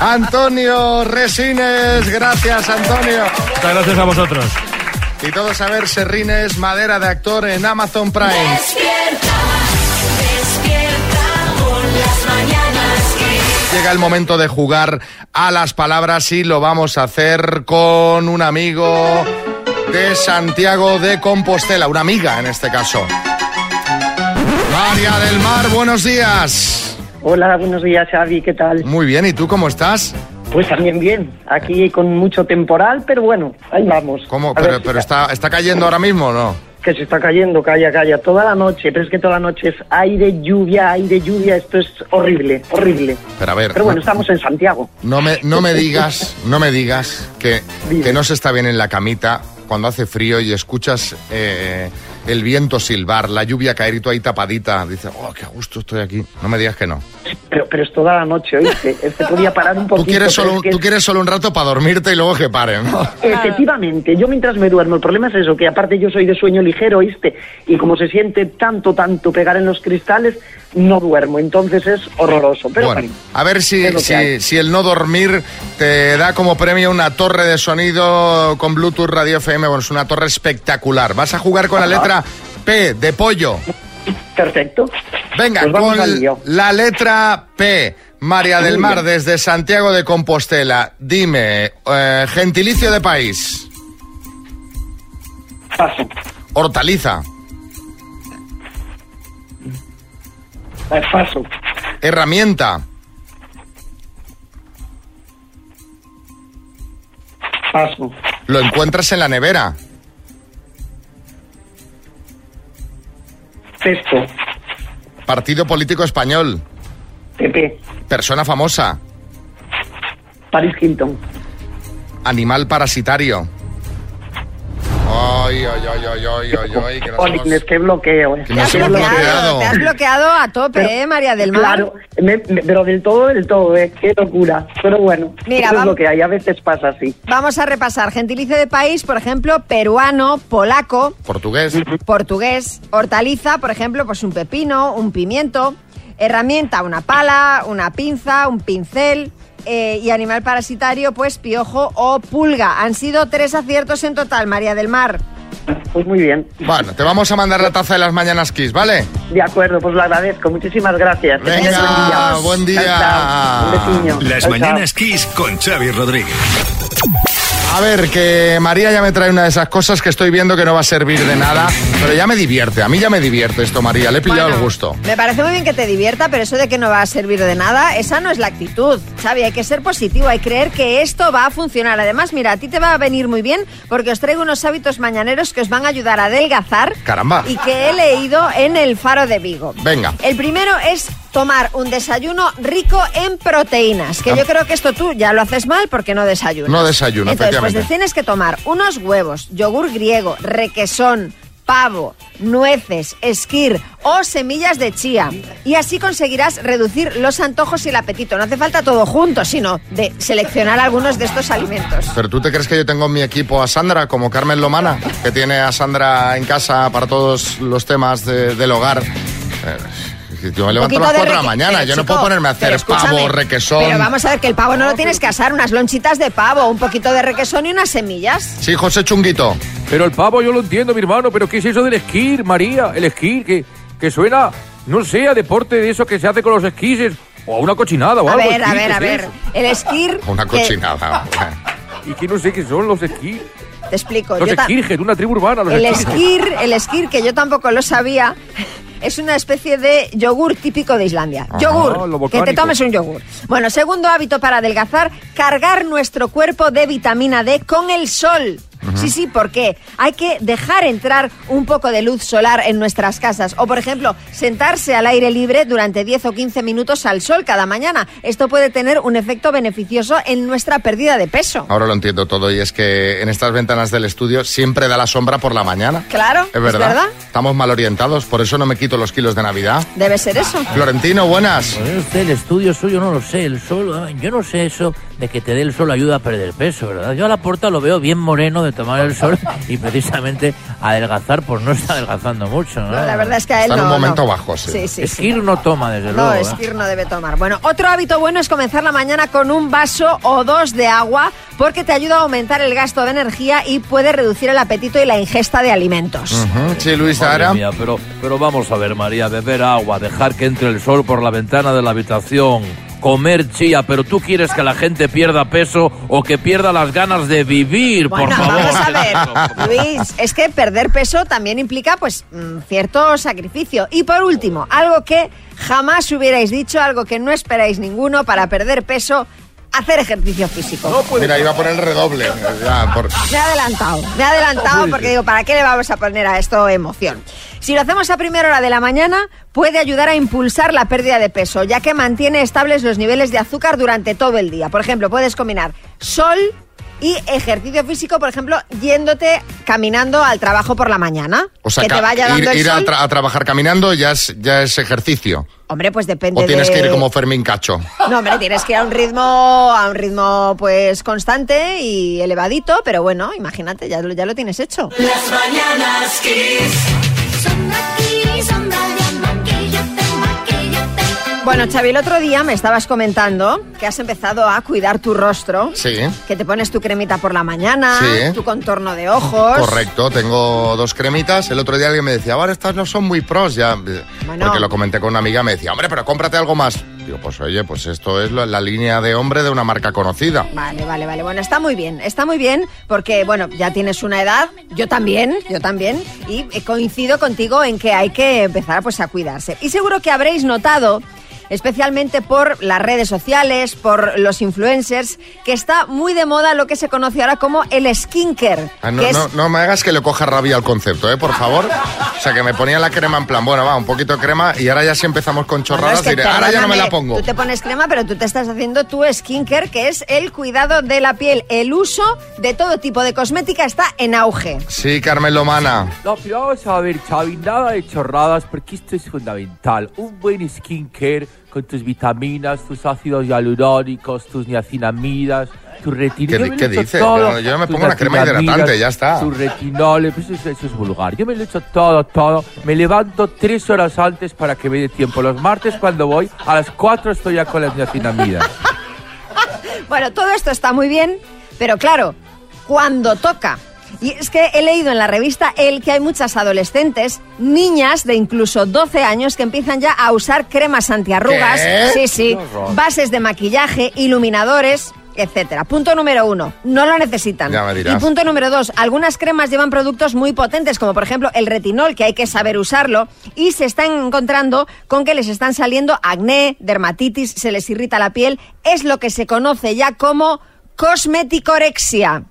[SPEAKER 3] Antonio Resines, gracias Antonio.
[SPEAKER 17] Muchas gracias a vosotros.
[SPEAKER 3] Y todos a ver Serrines, madera de actor en Amazon Prime.
[SPEAKER 1] Despierta, despierta con las mañanas Kiss.
[SPEAKER 3] Llega el momento de jugar a las palabras y lo vamos a hacer con un amigo de Santiago de Compostela, una amiga en este caso. María del Mar, buenos días.
[SPEAKER 23] Hola, buenos días, Xavi, ¿qué tal?
[SPEAKER 3] Muy bien, ¿y tú cómo estás?
[SPEAKER 23] Pues también bien, aquí con mucho temporal, pero bueno, ahí vamos.
[SPEAKER 3] ¿Cómo?
[SPEAKER 23] A
[SPEAKER 3] ¿Pero,
[SPEAKER 23] ver,
[SPEAKER 3] pero está, está cayendo ahora mismo o no?
[SPEAKER 23] Que se está cayendo, calla, calla, toda la noche, pero es que toda la noche es aire, lluvia, aire, lluvia, esto es horrible, horrible.
[SPEAKER 3] Pero a ver,
[SPEAKER 23] Pero bueno, estamos en Santiago.
[SPEAKER 3] no me, no me digas, no me digas que, que no se está bien en la camita cuando hace frío y escuchas eh, el viento silbar, la lluvia caer y tú ahí tapadita. Dices, oh, qué a gusto estoy aquí. No me digas que no.
[SPEAKER 23] Pero, pero es toda la noche, ¿oíste? Es que podía parar un poquito.
[SPEAKER 3] Tú quieres,
[SPEAKER 23] pero
[SPEAKER 3] solo
[SPEAKER 23] es
[SPEAKER 3] un,
[SPEAKER 23] que
[SPEAKER 3] tú quieres solo un rato para dormirte y luego que paren. ¿no?
[SPEAKER 23] Efectivamente, yo mientras me duermo, el problema es eso, que aparte yo soy de sueño ligero, ¿oíste? Y como se siente tanto, tanto pegar en los cristales, no duermo, entonces es horroroso. Pero
[SPEAKER 3] Bueno,
[SPEAKER 23] bueno,
[SPEAKER 3] a ver si,
[SPEAKER 23] es lo que
[SPEAKER 3] si,
[SPEAKER 23] hay.
[SPEAKER 3] si el no dormir te da como premio una torre de sonido con Bluetooth Radio FM. Bueno, es una torre espectacular. Vas a jugar con la letra P de pollo.
[SPEAKER 23] Perfecto.
[SPEAKER 3] Venga,
[SPEAKER 23] Pues vamos al lío.
[SPEAKER 3] con la letra P. María del
[SPEAKER 23] Muy
[SPEAKER 3] Mar,
[SPEAKER 23] bien.
[SPEAKER 3] desde Santiago de Compostela. Dime, eh, gentilicio de país.
[SPEAKER 23] Paso.
[SPEAKER 3] Hortaliza.
[SPEAKER 23] eh, paso.
[SPEAKER 3] Herramienta.
[SPEAKER 23] Paso.
[SPEAKER 3] Lo encuentras en la nevera.
[SPEAKER 23] Cesto.
[SPEAKER 3] Partido político español.
[SPEAKER 23] PP.
[SPEAKER 3] Persona famosa.
[SPEAKER 23] Paris Hilton.
[SPEAKER 3] Animal parasitario. Ay, ay, ay, ay, ay, ay, ay, que nos hemos-
[SPEAKER 23] Jolines, qué bloqueo. eh.
[SPEAKER 3] Que nos
[SPEAKER 23] Qué
[SPEAKER 3] hemos
[SPEAKER 23] bloqueo.
[SPEAKER 3] bloqueado.
[SPEAKER 5] Te has bloqueado a tope,
[SPEAKER 23] Pero-
[SPEAKER 5] ¿eh, María del Mar?
[SPEAKER 23] Claro, me- me- pero del todo, del todo, ¿eh? qué locura. Pero bueno,
[SPEAKER 5] Mira,
[SPEAKER 23] eso es
[SPEAKER 5] vam-
[SPEAKER 23] lo que hay, a veces pasa así.
[SPEAKER 5] Vamos a repasar. Gentilicio de país, por ejemplo, peruano, polaco,
[SPEAKER 3] Portugués.
[SPEAKER 5] portugués, hortaliza, por ejemplo, pues un pepino, un pimiento, herramienta, una pala, una pinza, un pincel. eh, y animal parasitario, pues piojo o pulga. Han sido tres aciertos en total, María del Mar.
[SPEAKER 23] Pues muy bien.
[SPEAKER 3] Bueno, te vamos a mandar la taza de las mañanas Kiss, ¿vale?
[SPEAKER 23] De acuerdo, pues lo agradezco. Muchísimas gracias. Que tengas
[SPEAKER 3] Venga, buen día.
[SPEAKER 23] Chao,
[SPEAKER 3] Ah.
[SPEAKER 23] chao. Un besiño.
[SPEAKER 13] Las
[SPEAKER 23] Chao, chao.
[SPEAKER 13] mañanas Kiss con Xavi Rodríguez.
[SPEAKER 3] A ver, que María ya me trae una de esas cosas que estoy viendo que no va a servir de nada, pero ya me divierte, a mí ya me divierte esto, María, le he pillado el gusto.
[SPEAKER 5] Me parece muy bien que te divierta, pero eso de que no va a servir de nada, esa no es la actitud, Xavi. Hay que ser positivo, hay que creer que esto va a funcionar. Además, mira, a ti te va a venir muy bien porque os traigo unos hábitos mañaneros que os van a ayudar a adelgazar
[SPEAKER 3] Caramba.
[SPEAKER 5] y que he leído en el Faro de Vigo.
[SPEAKER 3] Venga.
[SPEAKER 5] El primero es tomar un desayuno rico en proteínas, que
[SPEAKER 3] Ah.
[SPEAKER 5] yo creo que esto tú ya lo haces mal porque no desayunas.
[SPEAKER 3] No desayuno,
[SPEAKER 5] Entonces, pues
[SPEAKER 3] efectivamente.
[SPEAKER 5] tienes que tomar unos huevos, yogur griego, requesón, pavo, nueces, esquir o semillas de chía. Y así conseguirás reducir los antojos y el apetito. No hace falta todo junto, sino de seleccionar algunos de estos alimentos.
[SPEAKER 3] Pero tú te crees que yo tengo en mi equipo a Sandra, como Carmen Lomana, que tiene a Sandra en casa para todos los temas de- del hogar. Eh, Yo me levanto a
[SPEAKER 5] poquito
[SPEAKER 3] las
[SPEAKER 5] de
[SPEAKER 3] 4 de la
[SPEAKER 5] reque-
[SPEAKER 3] mañana,
[SPEAKER 5] pero,
[SPEAKER 3] yo no
[SPEAKER 5] chico,
[SPEAKER 3] puedo ponerme a hacer
[SPEAKER 5] pero escúchame,
[SPEAKER 3] pavo, requesón. pues
[SPEAKER 5] Pero vamos a ver que el pavo no lo tienes que asar, unas lonchitas de pavo, un poquito de requesón y unas semillas.
[SPEAKER 3] Sí, José Chunguito.
[SPEAKER 22] Pero el pavo yo lo entiendo, mi hermano, pero ¿qué es eso del esquí, María? El esquí, que, que suena, no sé, a deporte de eso que se hace con los esquises, o a una
[SPEAKER 3] Ah,
[SPEAKER 22] cochinada, o
[SPEAKER 5] A
[SPEAKER 3] pues
[SPEAKER 22] algo
[SPEAKER 5] ver, a
[SPEAKER 22] esquí,
[SPEAKER 5] ver,
[SPEAKER 22] ¿qué
[SPEAKER 5] a
[SPEAKER 22] es
[SPEAKER 5] ver. Eh,
[SPEAKER 22] eso?
[SPEAKER 5] El esquir.
[SPEAKER 3] Una
[SPEAKER 5] que-
[SPEAKER 3] cochinada.
[SPEAKER 22] Y que no sé qué son los esquí,
[SPEAKER 5] Te explico.
[SPEAKER 22] los
[SPEAKER 5] yo ta-
[SPEAKER 22] esquirges, una tribu urbana, los
[SPEAKER 5] El
[SPEAKER 22] esquirges.
[SPEAKER 5] esquir, el esquir, que yo tampoco lo sabía, es una especie de yogur típico de Islandia.
[SPEAKER 22] Ah, lo
[SPEAKER 5] yogur, que
[SPEAKER 22] volcánico.
[SPEAKER 5] te tomes un yogur. Bueno, segundo hábito para adelgazar, cargar nuestro cuerpo de vitamina D con el sol. Sí, sí, ¿por qué? Hay que dejar entrar un poco de luz solar en nuestras casas. O, por ejemplo, sentarse al aire libre durante 10 o 15 minutos al sol cada mañana. Esto puede tener un efecto beneficioso en nuestra pérdida de peso.
[SPEAKER 3] Ahora lo entiendo todo y es que en estas ventanas del estudio siempre da la sombra por la mañana.
[SPEAKER 5] Claro,
[SPEAKER 3] Es verdad. Estamos mal orientados, por eso no me quito los kilos de Navidad.
[SPEAKER 5] Debe ser eso.
[SPEAKER 3] Florentino, buenas.
[SPEAKER 21] Pues usted, el estudio suyo no lo sé, el sol, ah, yo no sé eso de que te dé el sol ayuda a perder peso, ¿verdad? Yo a la puerta lo veo bien moreno de tomar el sol y precisamente adelgazar, pues no está adelgazando mucho, ¿no?
[SPEAKER 5] No, la verdad es que a él
[SPEAKER 22] Está en un
[SPEAKER 5] no,
[SPEAKER 22] momento
[SPEAKER 5] no.
[SPEAKER 22] bajo, sí.
[SPEAKER 5] Sí, sí,
[SPEAKER 22] Es
[SPEAKER 5] sí.
[SPEAKER 22] que ir no toma, desde
[SPEAKER 5] No,
[SPEAKER 22] luego.
[SPEAKER 5] es
[SPEAKER 22] ¿eh?
[SPEAKER 5] que ir no debe tomar. Bueno, otro hábito bueno es comenzar la mañana con un vaso o dos de agua porque te ayuda a aumentar el gasto de energía y puede reducir el apetito y la ingesta de alimentos.
[SPEAKER 22] Mm,
[SPEAKER 3] Sí, Luis
[SPEAKER 22] Madre mía, pero, pero vamos a ver, María, beber agua, dejar que entre el sol por la ventana de la habitación, comer chía, pero tú quieres que la gente pierda peso o que pierda las ganas de vivir, por
[SPEAKER 5] Bueno,
[SPEAKER 22] favor.
[SPEAKER 5] vamos a ver, Luis, es que perder peso también implica pues mm, cierto sacrificio. Y por último, algo que jamás hubierais dicho, algo que no esperáis ninguno para perder peso, hacer ejercicio físico.
[SPEAKER 3] Mira, iba a poner el redoble. Ya, por-
[SPEAKER 5] Me he adelantado, me he adelantado porque digo, ¿para qué le vamos a poner a esto emoción? Si lo hacemos a primera hora de la mañana, puede ayudar a impulsar la pérdida de peso, ya que mantiene estables los niveles de azúcar durante todo el día. Por ejemplo, puedes combinar sol y ejercicio físico, por ejemplo, yéndote caminando al trabajo por la mañana.
[SPEAKER 3] O sea,
[SPEAKER 5] que te
[SPEAKER 3] ca-
[SPEAKER 5] vaya
[SPEAKER 3] ir,
[SPEAKER 5] dando el
[SPEAKER 3] ir a,
[SPEAKER 5] sol.
[SPEAKER 3] tra- a trabajar caminando ya es, ya es ejercicio.
[SPEAKER 5] Hombre, pues depende
[SPEAKER 3] O tienes
[SPEAKER 5] de-
[SPEAKER 3] que ir como Fermín Cacho.
[SPEAKER 5] No, hombre, tienes que ir a un ritmo, a un ritmo pues constante y elevadito, pero bueno, imagínate, ya lo, ya lo tienes hecho.
[SPEAKER 1] Las mañanas Kiss. Son aquí, son de maquillate, maquillate.
[SPEAKER 5] Bueno, Xavi, el otro día me estabas comentando que has empezado a cuidar tu rostro,
[SPEAKER 3] Sí.
[SPEAKER 5] que te pones tu cremita por la mañana,
[SPEAKER 3] Sí.
[SPEAKER 5] tu contorno de ojos.
[SPEAKER 3] Correcto, tengo dos cremitas. El otro día alguien me decía, ahora estas no son muy pros. Ya, eh, Porque lo comenté con una amiga, me decía, hombre, pero cómprate algo más. Digo, pues oye, pues esto es la, la línea de hombre de una marca conocida.
[SPEAKER 5] Vale, vale, vale. Bueno, está muy bien, está muy bien porque, bueno, ya tienes una edad, yo también, yo también, y eh, coincido contigo en que hay que empezar pues a cuidarse. Y seguro que habréis notado especialmente por las redes sociales, por los influencers, que está muy de moda lo que se conoce ahora como el skinker.
[SPEAKER 3] Ah, no,
[SPEAKER 5] que es-
[SPEAKER 3] no, no me hagas que le coja rabia al concepto, ¿eh? Por favor. O sea, que me ponía la crema en plan, bueno, va, un poquito de crema y ahora ya si empezamos con
[SPEAKER 5] No,
[SPEAKER 3] chorradas
[SPEAKER 5] es que,
[SPEAKER 3] diré, ahora ya no me
[SPEAKER 5] perdóname,
[SPEAKER 3] la pongo.
[SPEAKER 5] Tú te pones crema, pero tú te estás haciendo tu skincare, que es el cuidado de la piel. El uso de todo tipo de cosmética está en auge.
[SPEAKER 3] Sí, Carmen Lomana.
[SPEAKER 4] No, pero vamos a ver, Xavi, nada de chorradas, porque esto es fundamental. Un buen skincare con tus vitaminas, tus ácidos hialurónicos, tus niacinamidas, tus
[SPEAKER 3] ¿Qué
[SPEAKER 4] retinoles.
[SPEAKER 3] di- qué dice? Pero yo me pongo una crema hidratante, ya está.
[SPEAKER 4] Tus retinoles, pues eso, eso es vulgar. Yo me lo echo todo, todo. Me levanto tres horas antes para que me dé tiempo. Los martes cuando voy, a las cuatro estoy ya con las niacinamidas.
[SPEAKER 5] Bueno, todo esto está muy bien, pero claro, cuando toca. Y es que he leído en la revista El que hay muchas adolescentes, niñas de incluso 12 años, que empiezan ya a usar cremas antiarrugas,
[SPEAKER 1] ¿Qué?
[SPEAKER 5] sí, sí,
[SPEAKER 1] Qué horror.
[SPEAKER 5] bases de maquillaje, iluminadores, etcétera. Punto número uno, no lo necesitan.
[SPEAKER 1] Ya me dirás.
[SPEAKER 5] Y punto número dos, algunas cremas llevan productos muy potentes, como por ejemplo el retinol, que hay que saber usarlo, y se están encontrando con que les están saliendo acné, dermatitis, se les irrita la piel. Es lo que se conoce ya como cosmeticorexia.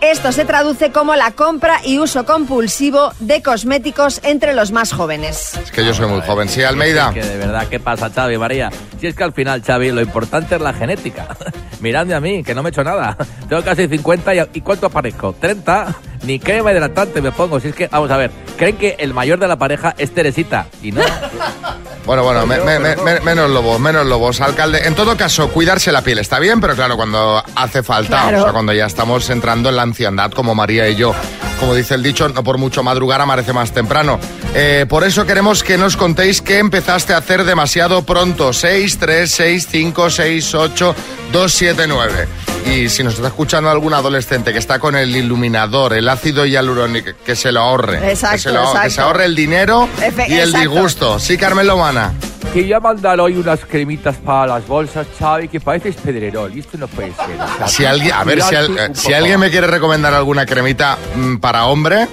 [SPEAKER 5] Esto se traduce como la compra y uso compulsivo de cosméticos entre los más jóvenes.
[SPEAKER 3] Es que yo soy muy joven. Sí, Almeida.
[SPEAKER 6] Que de verdad, ¿qué pasa, Xavi, María? Si es que al final, Xavi, lo importante es la genética. Miradme a mí, que no me he hecho nada. Tengo casi 50 y, ¿y ¿cuánto aparezco? ¿30? Ni crema hidratante me pongo. Si es que, vamos a ver, creen que el mayor de la pareja es Teresita. Y no.
[SPEAKER 3] Bueno, bueno, me- me- me- me- menos lobos, menos lobos, alcalde. En todo caso, cuidarse la piel está bien, pero claro, cuando hace falta,
[SPEAKER 5] Claro.
[SPEAKER 3] o sea, cuando ya estamos entrando en la ancianidad como María y yo. Como dice el dicho, no por mucho madrugar amanece más temprano. Eh, por eso queremos que nos contéis qué empezaste a hacer demasiado pronto. 6, 3, 6, 5, 6, 8, 2, 7, 9. Y si nos está escuchando algún adolescente que está con el iluminador, el ácido hialurónico, que se lo ahorre.
[SPEAKER 4] Exacto,
[SPEAKER 3] que, se lo, ahorre, que se
[SPEAKER 4] exacto.
[SPEAKER 3] ahorre el dinero
[SPEAKER 4] Efe-
[SPEAKER 3] y el
[SPEAKER 4] exacto.
[SPEAKER 3] disgusto. Sí, Carmen Lomana.
[SPEAKER 4] Quería mandar hoy unas cremitas para las bolsas, Xavi, que pareces pedrerol. Y esto no puede ser. o sea,
[SPEAKER 3] Si alguien, a ver, si, al- eh,
[SPEAKER 4] cuidarte un
[SPEAKER 3] si
[SPEAKER 4] poco.
[SPEAKER 3] alguien me quiere recomendar alguna cremita mm, para hombre,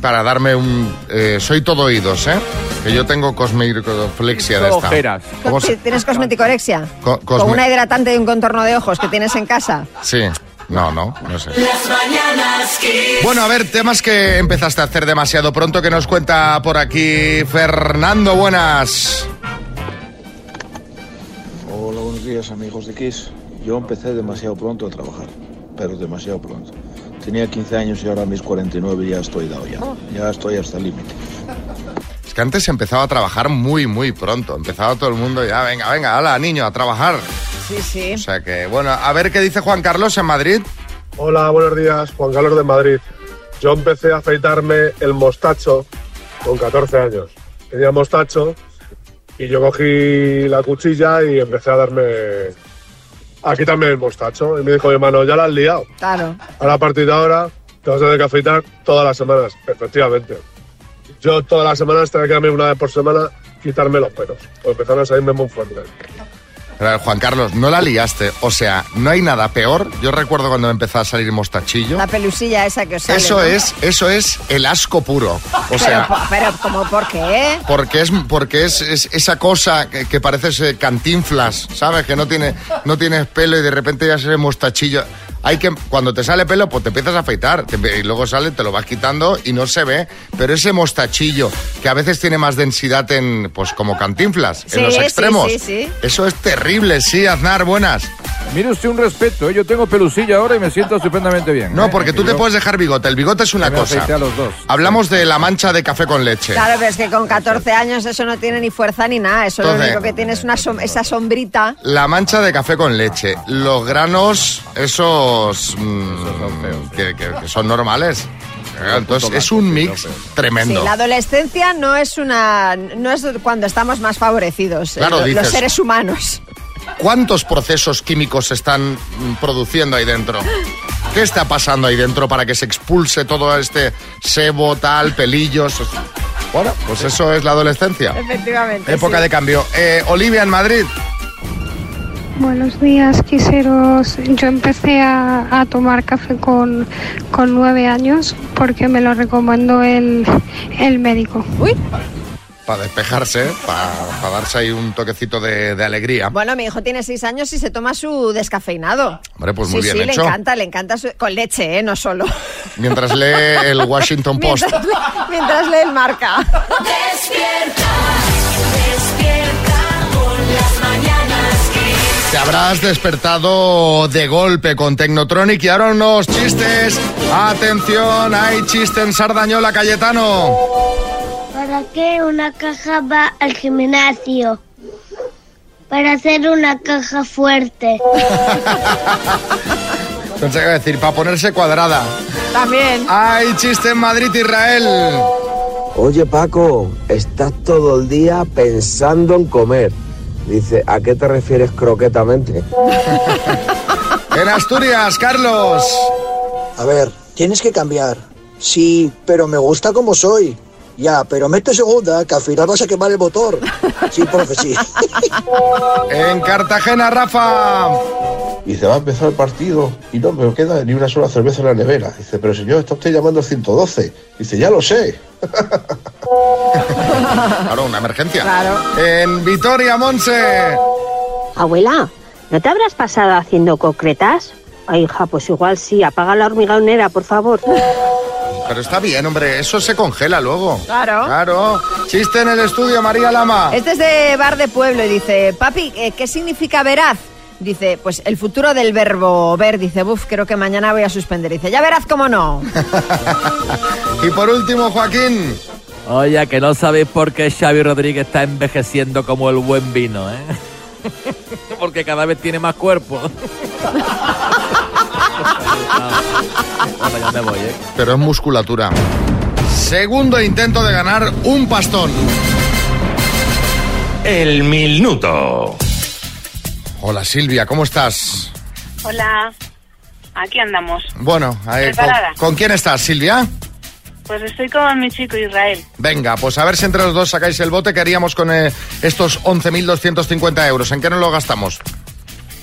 [SPEAKER 3] para darme un... eh, soy todo oídos, ¿eh? Que yo tengo cosmicroflexia de
[SPEAKER 4] Solo
[SPEAKER 3] esta.
[SPEAKER 4] ojeras.
[SPEAKER 3] ¿Cómo se-
[SPEAKER 5] ¿Tienes cosmeticorexia?
[SPEAKER 3] co-
[SPEAKER 5] Con
[SPEAKER 3] cosme-
[SPEAKER 5] una hidratante y un contorno de ojos que tienes en casa.
[SPEAKER 3] Sí. No, no, no sé.
[SPEAKER 1] Las mañanas Kiss.
[SPEAKER 3] Bueno, a ver, temas que empezaste a hacer demasiado pronto que nos cuenta por aquí Fernando. Buenas.
[SPEAKER 7] Hola, buenos días amigos de Kiss. Yo empecé demasiado pronto a trabajar, pero demasiado pronto. Tenía 15 años y ahora a mis 49 ya estoy dado ya. Ya estoy hasta el límite.
[SPEAKER 3] Es que antes empezaba a trabajar muy, muy pronto. Empezaba todo el mundo ya, venga, venga, hala, niño, a trabajar.
[SPEAKER 5] Sí, sí.
[SPEAKER 3] O sea que, bueno, a ver qué dice Juan Carlos en Madrid.
[SPEAKER 8] Hola, buenos días, Juan Carlos de Madrid. Yo empecé a afeitarme el mostacho con 14 años. Tenía mostacho y yo cogí la cuchilla y empecé a darme. a quitarme el mostacho. Y me dijo mi hermano, ya la has liado.
[SPEAKER 5] Claro.
[SPEAKER 8] Ahora a partir de ahora te vas a tener que afeitar todas las semanas, efectivamente. Yo todas las semanas tenía que darme una vez por semana quitarme los pelos. O empezaron a salirme muy fuertes.
[SPEAKER 3] Pero, a ver, Juan Carlos, no la liaste. O sea, no hay nada peor. Yo recuerdo cuando me empezó a salir mostachillo.
[SPEAKER 5] La pelusilla esa que os sale,
[SPEAKER 3] Eso
[SPEAKER 5] ¿no?
[SPEAKER 3] es, eso es el asco puro. O
[SPEAKER 5] Pero
[SPEAKER 3] sea,
[SPEAKER 5] po- pero, como por qué?
[SPEAKER 3] porque es, porque es, es esa cosa que, que parece eh, cantinflas, ¿sabes? Que no, tiene, no tienes pelo y de repente ya sale mostachillo. Hay que, cuando te sale pelo, pues te empiezas a afeitar. te empe- y luego sale, te lo vas quitando y no se ve. Pero ese mostachillo, que a veces tiene más densidad en, pues como cantinflas,
[SPEAKER 5] Sí,
[SPEAKER 3] en los
[SPEAKER 5] sí,
[SPEAKER 3] extremos.
[SPEAKER 5] sí, sí.
[SPEAKER 3] Eso es terrible, sí, Aznar, buenas.
[SPEAKER 4] Mire usted un respeto, ¿eh? yo tengo pelusilla ahora y me siento estupendamente bien.
[SPEAKER 3] No,
[SPEAKER 4] ¿eh?
[SPEAKER 3] porque tú te
[SPEAKER 4] Yo-
[SPEAKER 3] puedes dejar bigote. El bigote es una
[SPEAKER 4] me
[SPEAKER 3] cosa.
[SPEAKER 4] afeité a los dos.
[SPEAKER 3] Hablamos de la mancha de café con leche.
[SPEAKER 5] Claro, pero es que con 14 años eso no tiene ni fuerza ni nada. Eso
[SPEAKER 3] Entonces-
[SPEAKER 5] lo único que tiene es una som- esa sombrita.
[SPEAKER 3] La mancha de café con leche. Los granos, esos. mm, que, que- que son normales. Entonces, es un mix tremendo.
[SPEAKER 5] Sí, la adolescencia no es una no es cuando estamos más favorecidos eh,
[SPEAKER 3] Claro,
[SPEAKER 5] lo- los,
[SPEAKER 3] dices.
[SPEAKER 5] seres humanos.
[SPEAKER 3] ¿Cuántos procesos químicos se están mm, produciendo ahí dentro? ¿Qué está pasando ahí dentro para que se expulse todo este sebo, tal, pelillos? Bueno, pues eso es la adolescencia.
[SPEAKER 5] Efectivamente.
[SPEAKER 3] Época de cambio. Eh, Olivia en Madrid.
[SPEAKER 9] Buenos días, quiseros. Yo empecé a, a tomar café con, con nueve años porque me lo recomendó el, el médico.
[SPEAKER 3] Para despejarse, para darse ahí un toquecito de, de alegría.
[SPEAKER 5] Bueno, mi hijo tiene seis años y se toma su descafeinado.
[SPEAKER 3] Hombre, pues muy
[SPEAKER 5] sí,
[SPEAKER 3] bien
[SPEAKER 5] sí,
[SPEAKER 3] hecho.
[SPEAKER 5] le encanta, le encanta su- con leche, ¿eh? no solo.
[SPEAKER 3] Mientras lee Eh, el Washington Post.
[SPEAKER 5] Mientras, le- mientras lee el marca.
[SPEAKER 1] Despierta, despierta con las mañanas Kiss.
[SPEAKER 3] Te habrás despertado de golpe con Tecnotronic y ahora unos chistes. Atención, hay chiste en Sardañola, Cayetano.
[SPEAKER 10] ¿Para qué una caja va al gimnasio? Para hacer una caja fuerte.
[SPEAKER 3] Pensé que iba a decir, para ponerse cuadrada.
[SPEAKER 5] También.
[SPEAKER 3] Hay chiste en Madrid, Israel.
[SPEAKER 11] Oye Paco, estás todo el día pensando en comer. Dice, ¿a qué te refieres croquetamente?
[SPEAKER 3] En Asturias, Carlos.
[SPEAKER 24] A ver, tienes que cambiar. Sí, pero me gusta como soy. Ya, pero mete segunda, que al final vas a quemar el motor. Sí, profe, sí.
[SPEAKER 3] En Cartagena, Rafa.
[SPEAKER 7] Dice, va a empezar el partido y no me queda ni una sola cerveza en la nevera. Dice, pero señor, está usted llamando al 112. Dice, ya lo sé.
[SPEAKER 3] Claro, una emergencia. En Vitoria, Monse.
[SPEAKER 25] Abuela, ¿no te habrás pasado haciendo concretas? Ay, hija, pues igual sí. Apaga la hormigonera, por favor.
[SPEAKER 3] Pero está bien, hombre, eso se congela luego.
[SPEAKER 5] Claro.
[SPEAKER 3] Claro. Chiste en el estudio, María Lama.
[SPEAKER 5] Este es de Bar de Pueblo y dice, papi, eh, ¿qué significa veraz? Dice, pues el futuro del verbo ver. Dice, buf, creo que mañana voy a suspender. Dice, ya verás cómo no.
[SPEAKER 3] Y por último, Joaquín.
[SPEAKER 6] Oye, que no sabéis por qué Xavi Rodríguez está envejeciendo como el buen vino, ¿eh? Porque cada vez tiene más cuerpo. Bueno, ya me voy, ¿eh?
[SPEAKER 3] Pero es musculatura. Segundo intento de ganar un pastón. El minuto. Hola Silvia, ¿cómo estás?
[SPEAKER 26] Hola, aquí andamos.
[SPEAKER 3] Bueno, eh, ¿con,
[SPEAKER 26] Preparada.
[SPEAKER 3] con quién estás, Silvia?
[SPEAKER 26] Pues estoy con mi chico Israel.
[SPEAKER 3] Venga, pues a ver si entre los dos sacáis el bote que haríamos con eh, estos 11.250 euros. ¿En qué nos lo gastamos?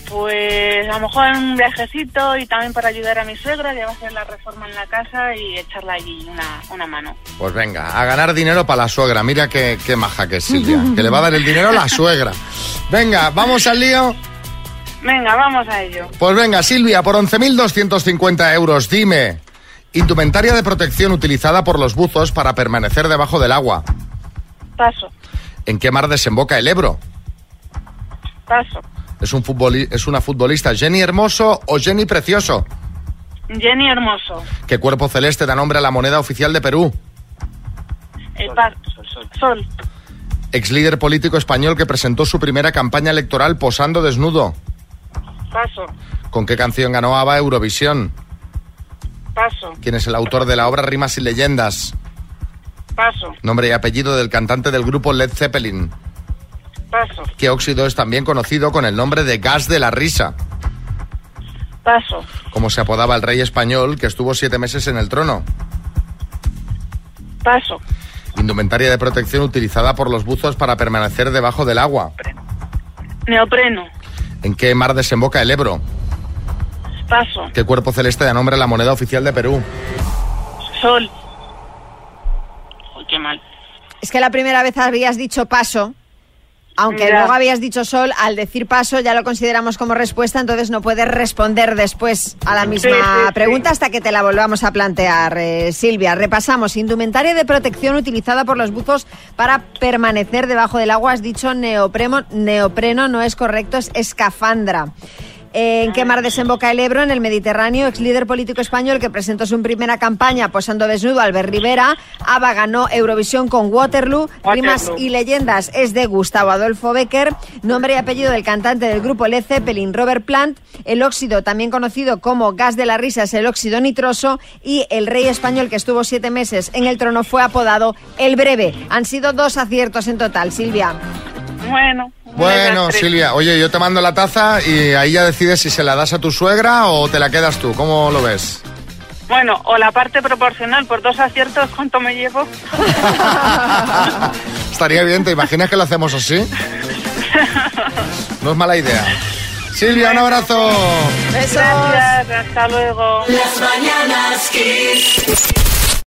[SPEAKER 26] Pues a lo mejor en un viajecito y también para ayudar a mi suegra, ya va a hacer la reforma en la casa y echarla allí una, una mano.
[SPEAKER 3] Pues venga, a ganar dinero para la suegra. Mira qué, qué maja que es Silvia, que le va a dar el dinero a la suegra. Venga, vamos al lío.
[SPEAKER 26] Venga, vamos a ello.
[SPEAKER 3] Pues venga, Silvia, por 11.250 euros, dime. Indumentaria de protección utilizada por los buzos para permanecer debajo del agua.
[SPEAKER 26] Paso,
[SPEAKER 3] ¿En qué mar desemboca el Ebro?
[SPEAKER 26] paso.
[SPEAKER 3] ¿Es, un futboli- ¿Es una futbolista Jenny Hermoso o Jenny Precioso?
[SPEAKER 26] Jenny Hermoso,
[SPEAKER 3] ¿Qué cuerpo celeste da nombre a la moneda oficial de Perú?
[SPEAKER 26] el par. Sol,
[SPEAKER 3] Ex líder político español que presentó su primera campaña electoral posando desnudo.
[SPEAKER 26] paso,
[SPEAKER 3] ¿Con qué canción ganó ABBA Eurovisión?
[SPEAKER 26] paso,
[SPEAKER 3] ¿Quién es el autor de la obra Rimas y Leyendas?
[SPEAKER 26] paso,
[SPEAKER 3] Nombre y apellido del cantante del grupo Led Zeppelin.
[SPEAKER 26] paso,
[SPEAKER 3] ¿Qué óxido es también conocido con el nombre de gas de la risa?
[SPEAKER 26] paso,
[SPEAKER 3] Como se apodaba el rey español que estuvo siete meses en el trono.
[SPEAKER 26] paso,
[SPEAKER 3] Indumentaria de protección utilizada por los buzos para permanecer debajo del agua.
[SPEAKER 26] neopreno,
[SPEAKER 3] ¿En qué mar desemboca el Ebro?
[SPEAKER 26] paso,
[SPEAKER 3] ¿Qué cuerpo celeste da nombre a la moneda oficial de Perú?
[SPEAKER 26] sol. Uy, qué mal.
[SPEAKER 5] Es que la primera vez habías dicho paso, aunque
[SPEAKER 26] Ya.
[SPEAKER 5] luego habías dicho sol, al decir paso ya lo consideramos como respuesta, entonces no puedes responder después a la misma
[SPEAKER 26] Sí, sí, sí.
[SPEAKER 5] pregunta hasta que te la volvamos a plantear, eh, Silvia. Repasamos, indumentaria de protección utilizada por los buzos para permanecer debajo del agua, has dicho neopremo, neopreno, no es correcto, es escafandra. Eh, ¿En qué mar desemboca el Ebro? En el Mediterráneo, ex líder político español que presentó su primera campaña posando desnudo Albert Rivera. ABBA ganó Eurovisión con Waterloo. Rimas y leyendas es de Gustavo Adolfo Becker. Nombre y apellido del cantante del grupo Led Zeppelin, Robert Plant. El óxido, también conocido como gas de la risa, es el óxido nitroso. Y el rey español que estuvo siete meses en el trono fue apodado El Breve. Han sido dos aciertos en total, Silvia.
[SPEAKER 26] Bueno.
[SPEAKER 3] Bueno, Silvia, oye, yo te mando la taza y ahí ya decides si se la das a tu suegra o te la quedas tú. ¿Cómo lo ves?
[SPEAKER 26] Bueno, o la parte proporcional, por dos aciertos, ¿cuánto me llevo?
[SPEAKER 3] Estaría bien, ¿te imaginas que lo hacemos así? No es mala idea. Silvia, un abrazo.
[SPEAKER 26] Gracias, hasta luego.
[SPEAKER 1] Las mañanas Kiss.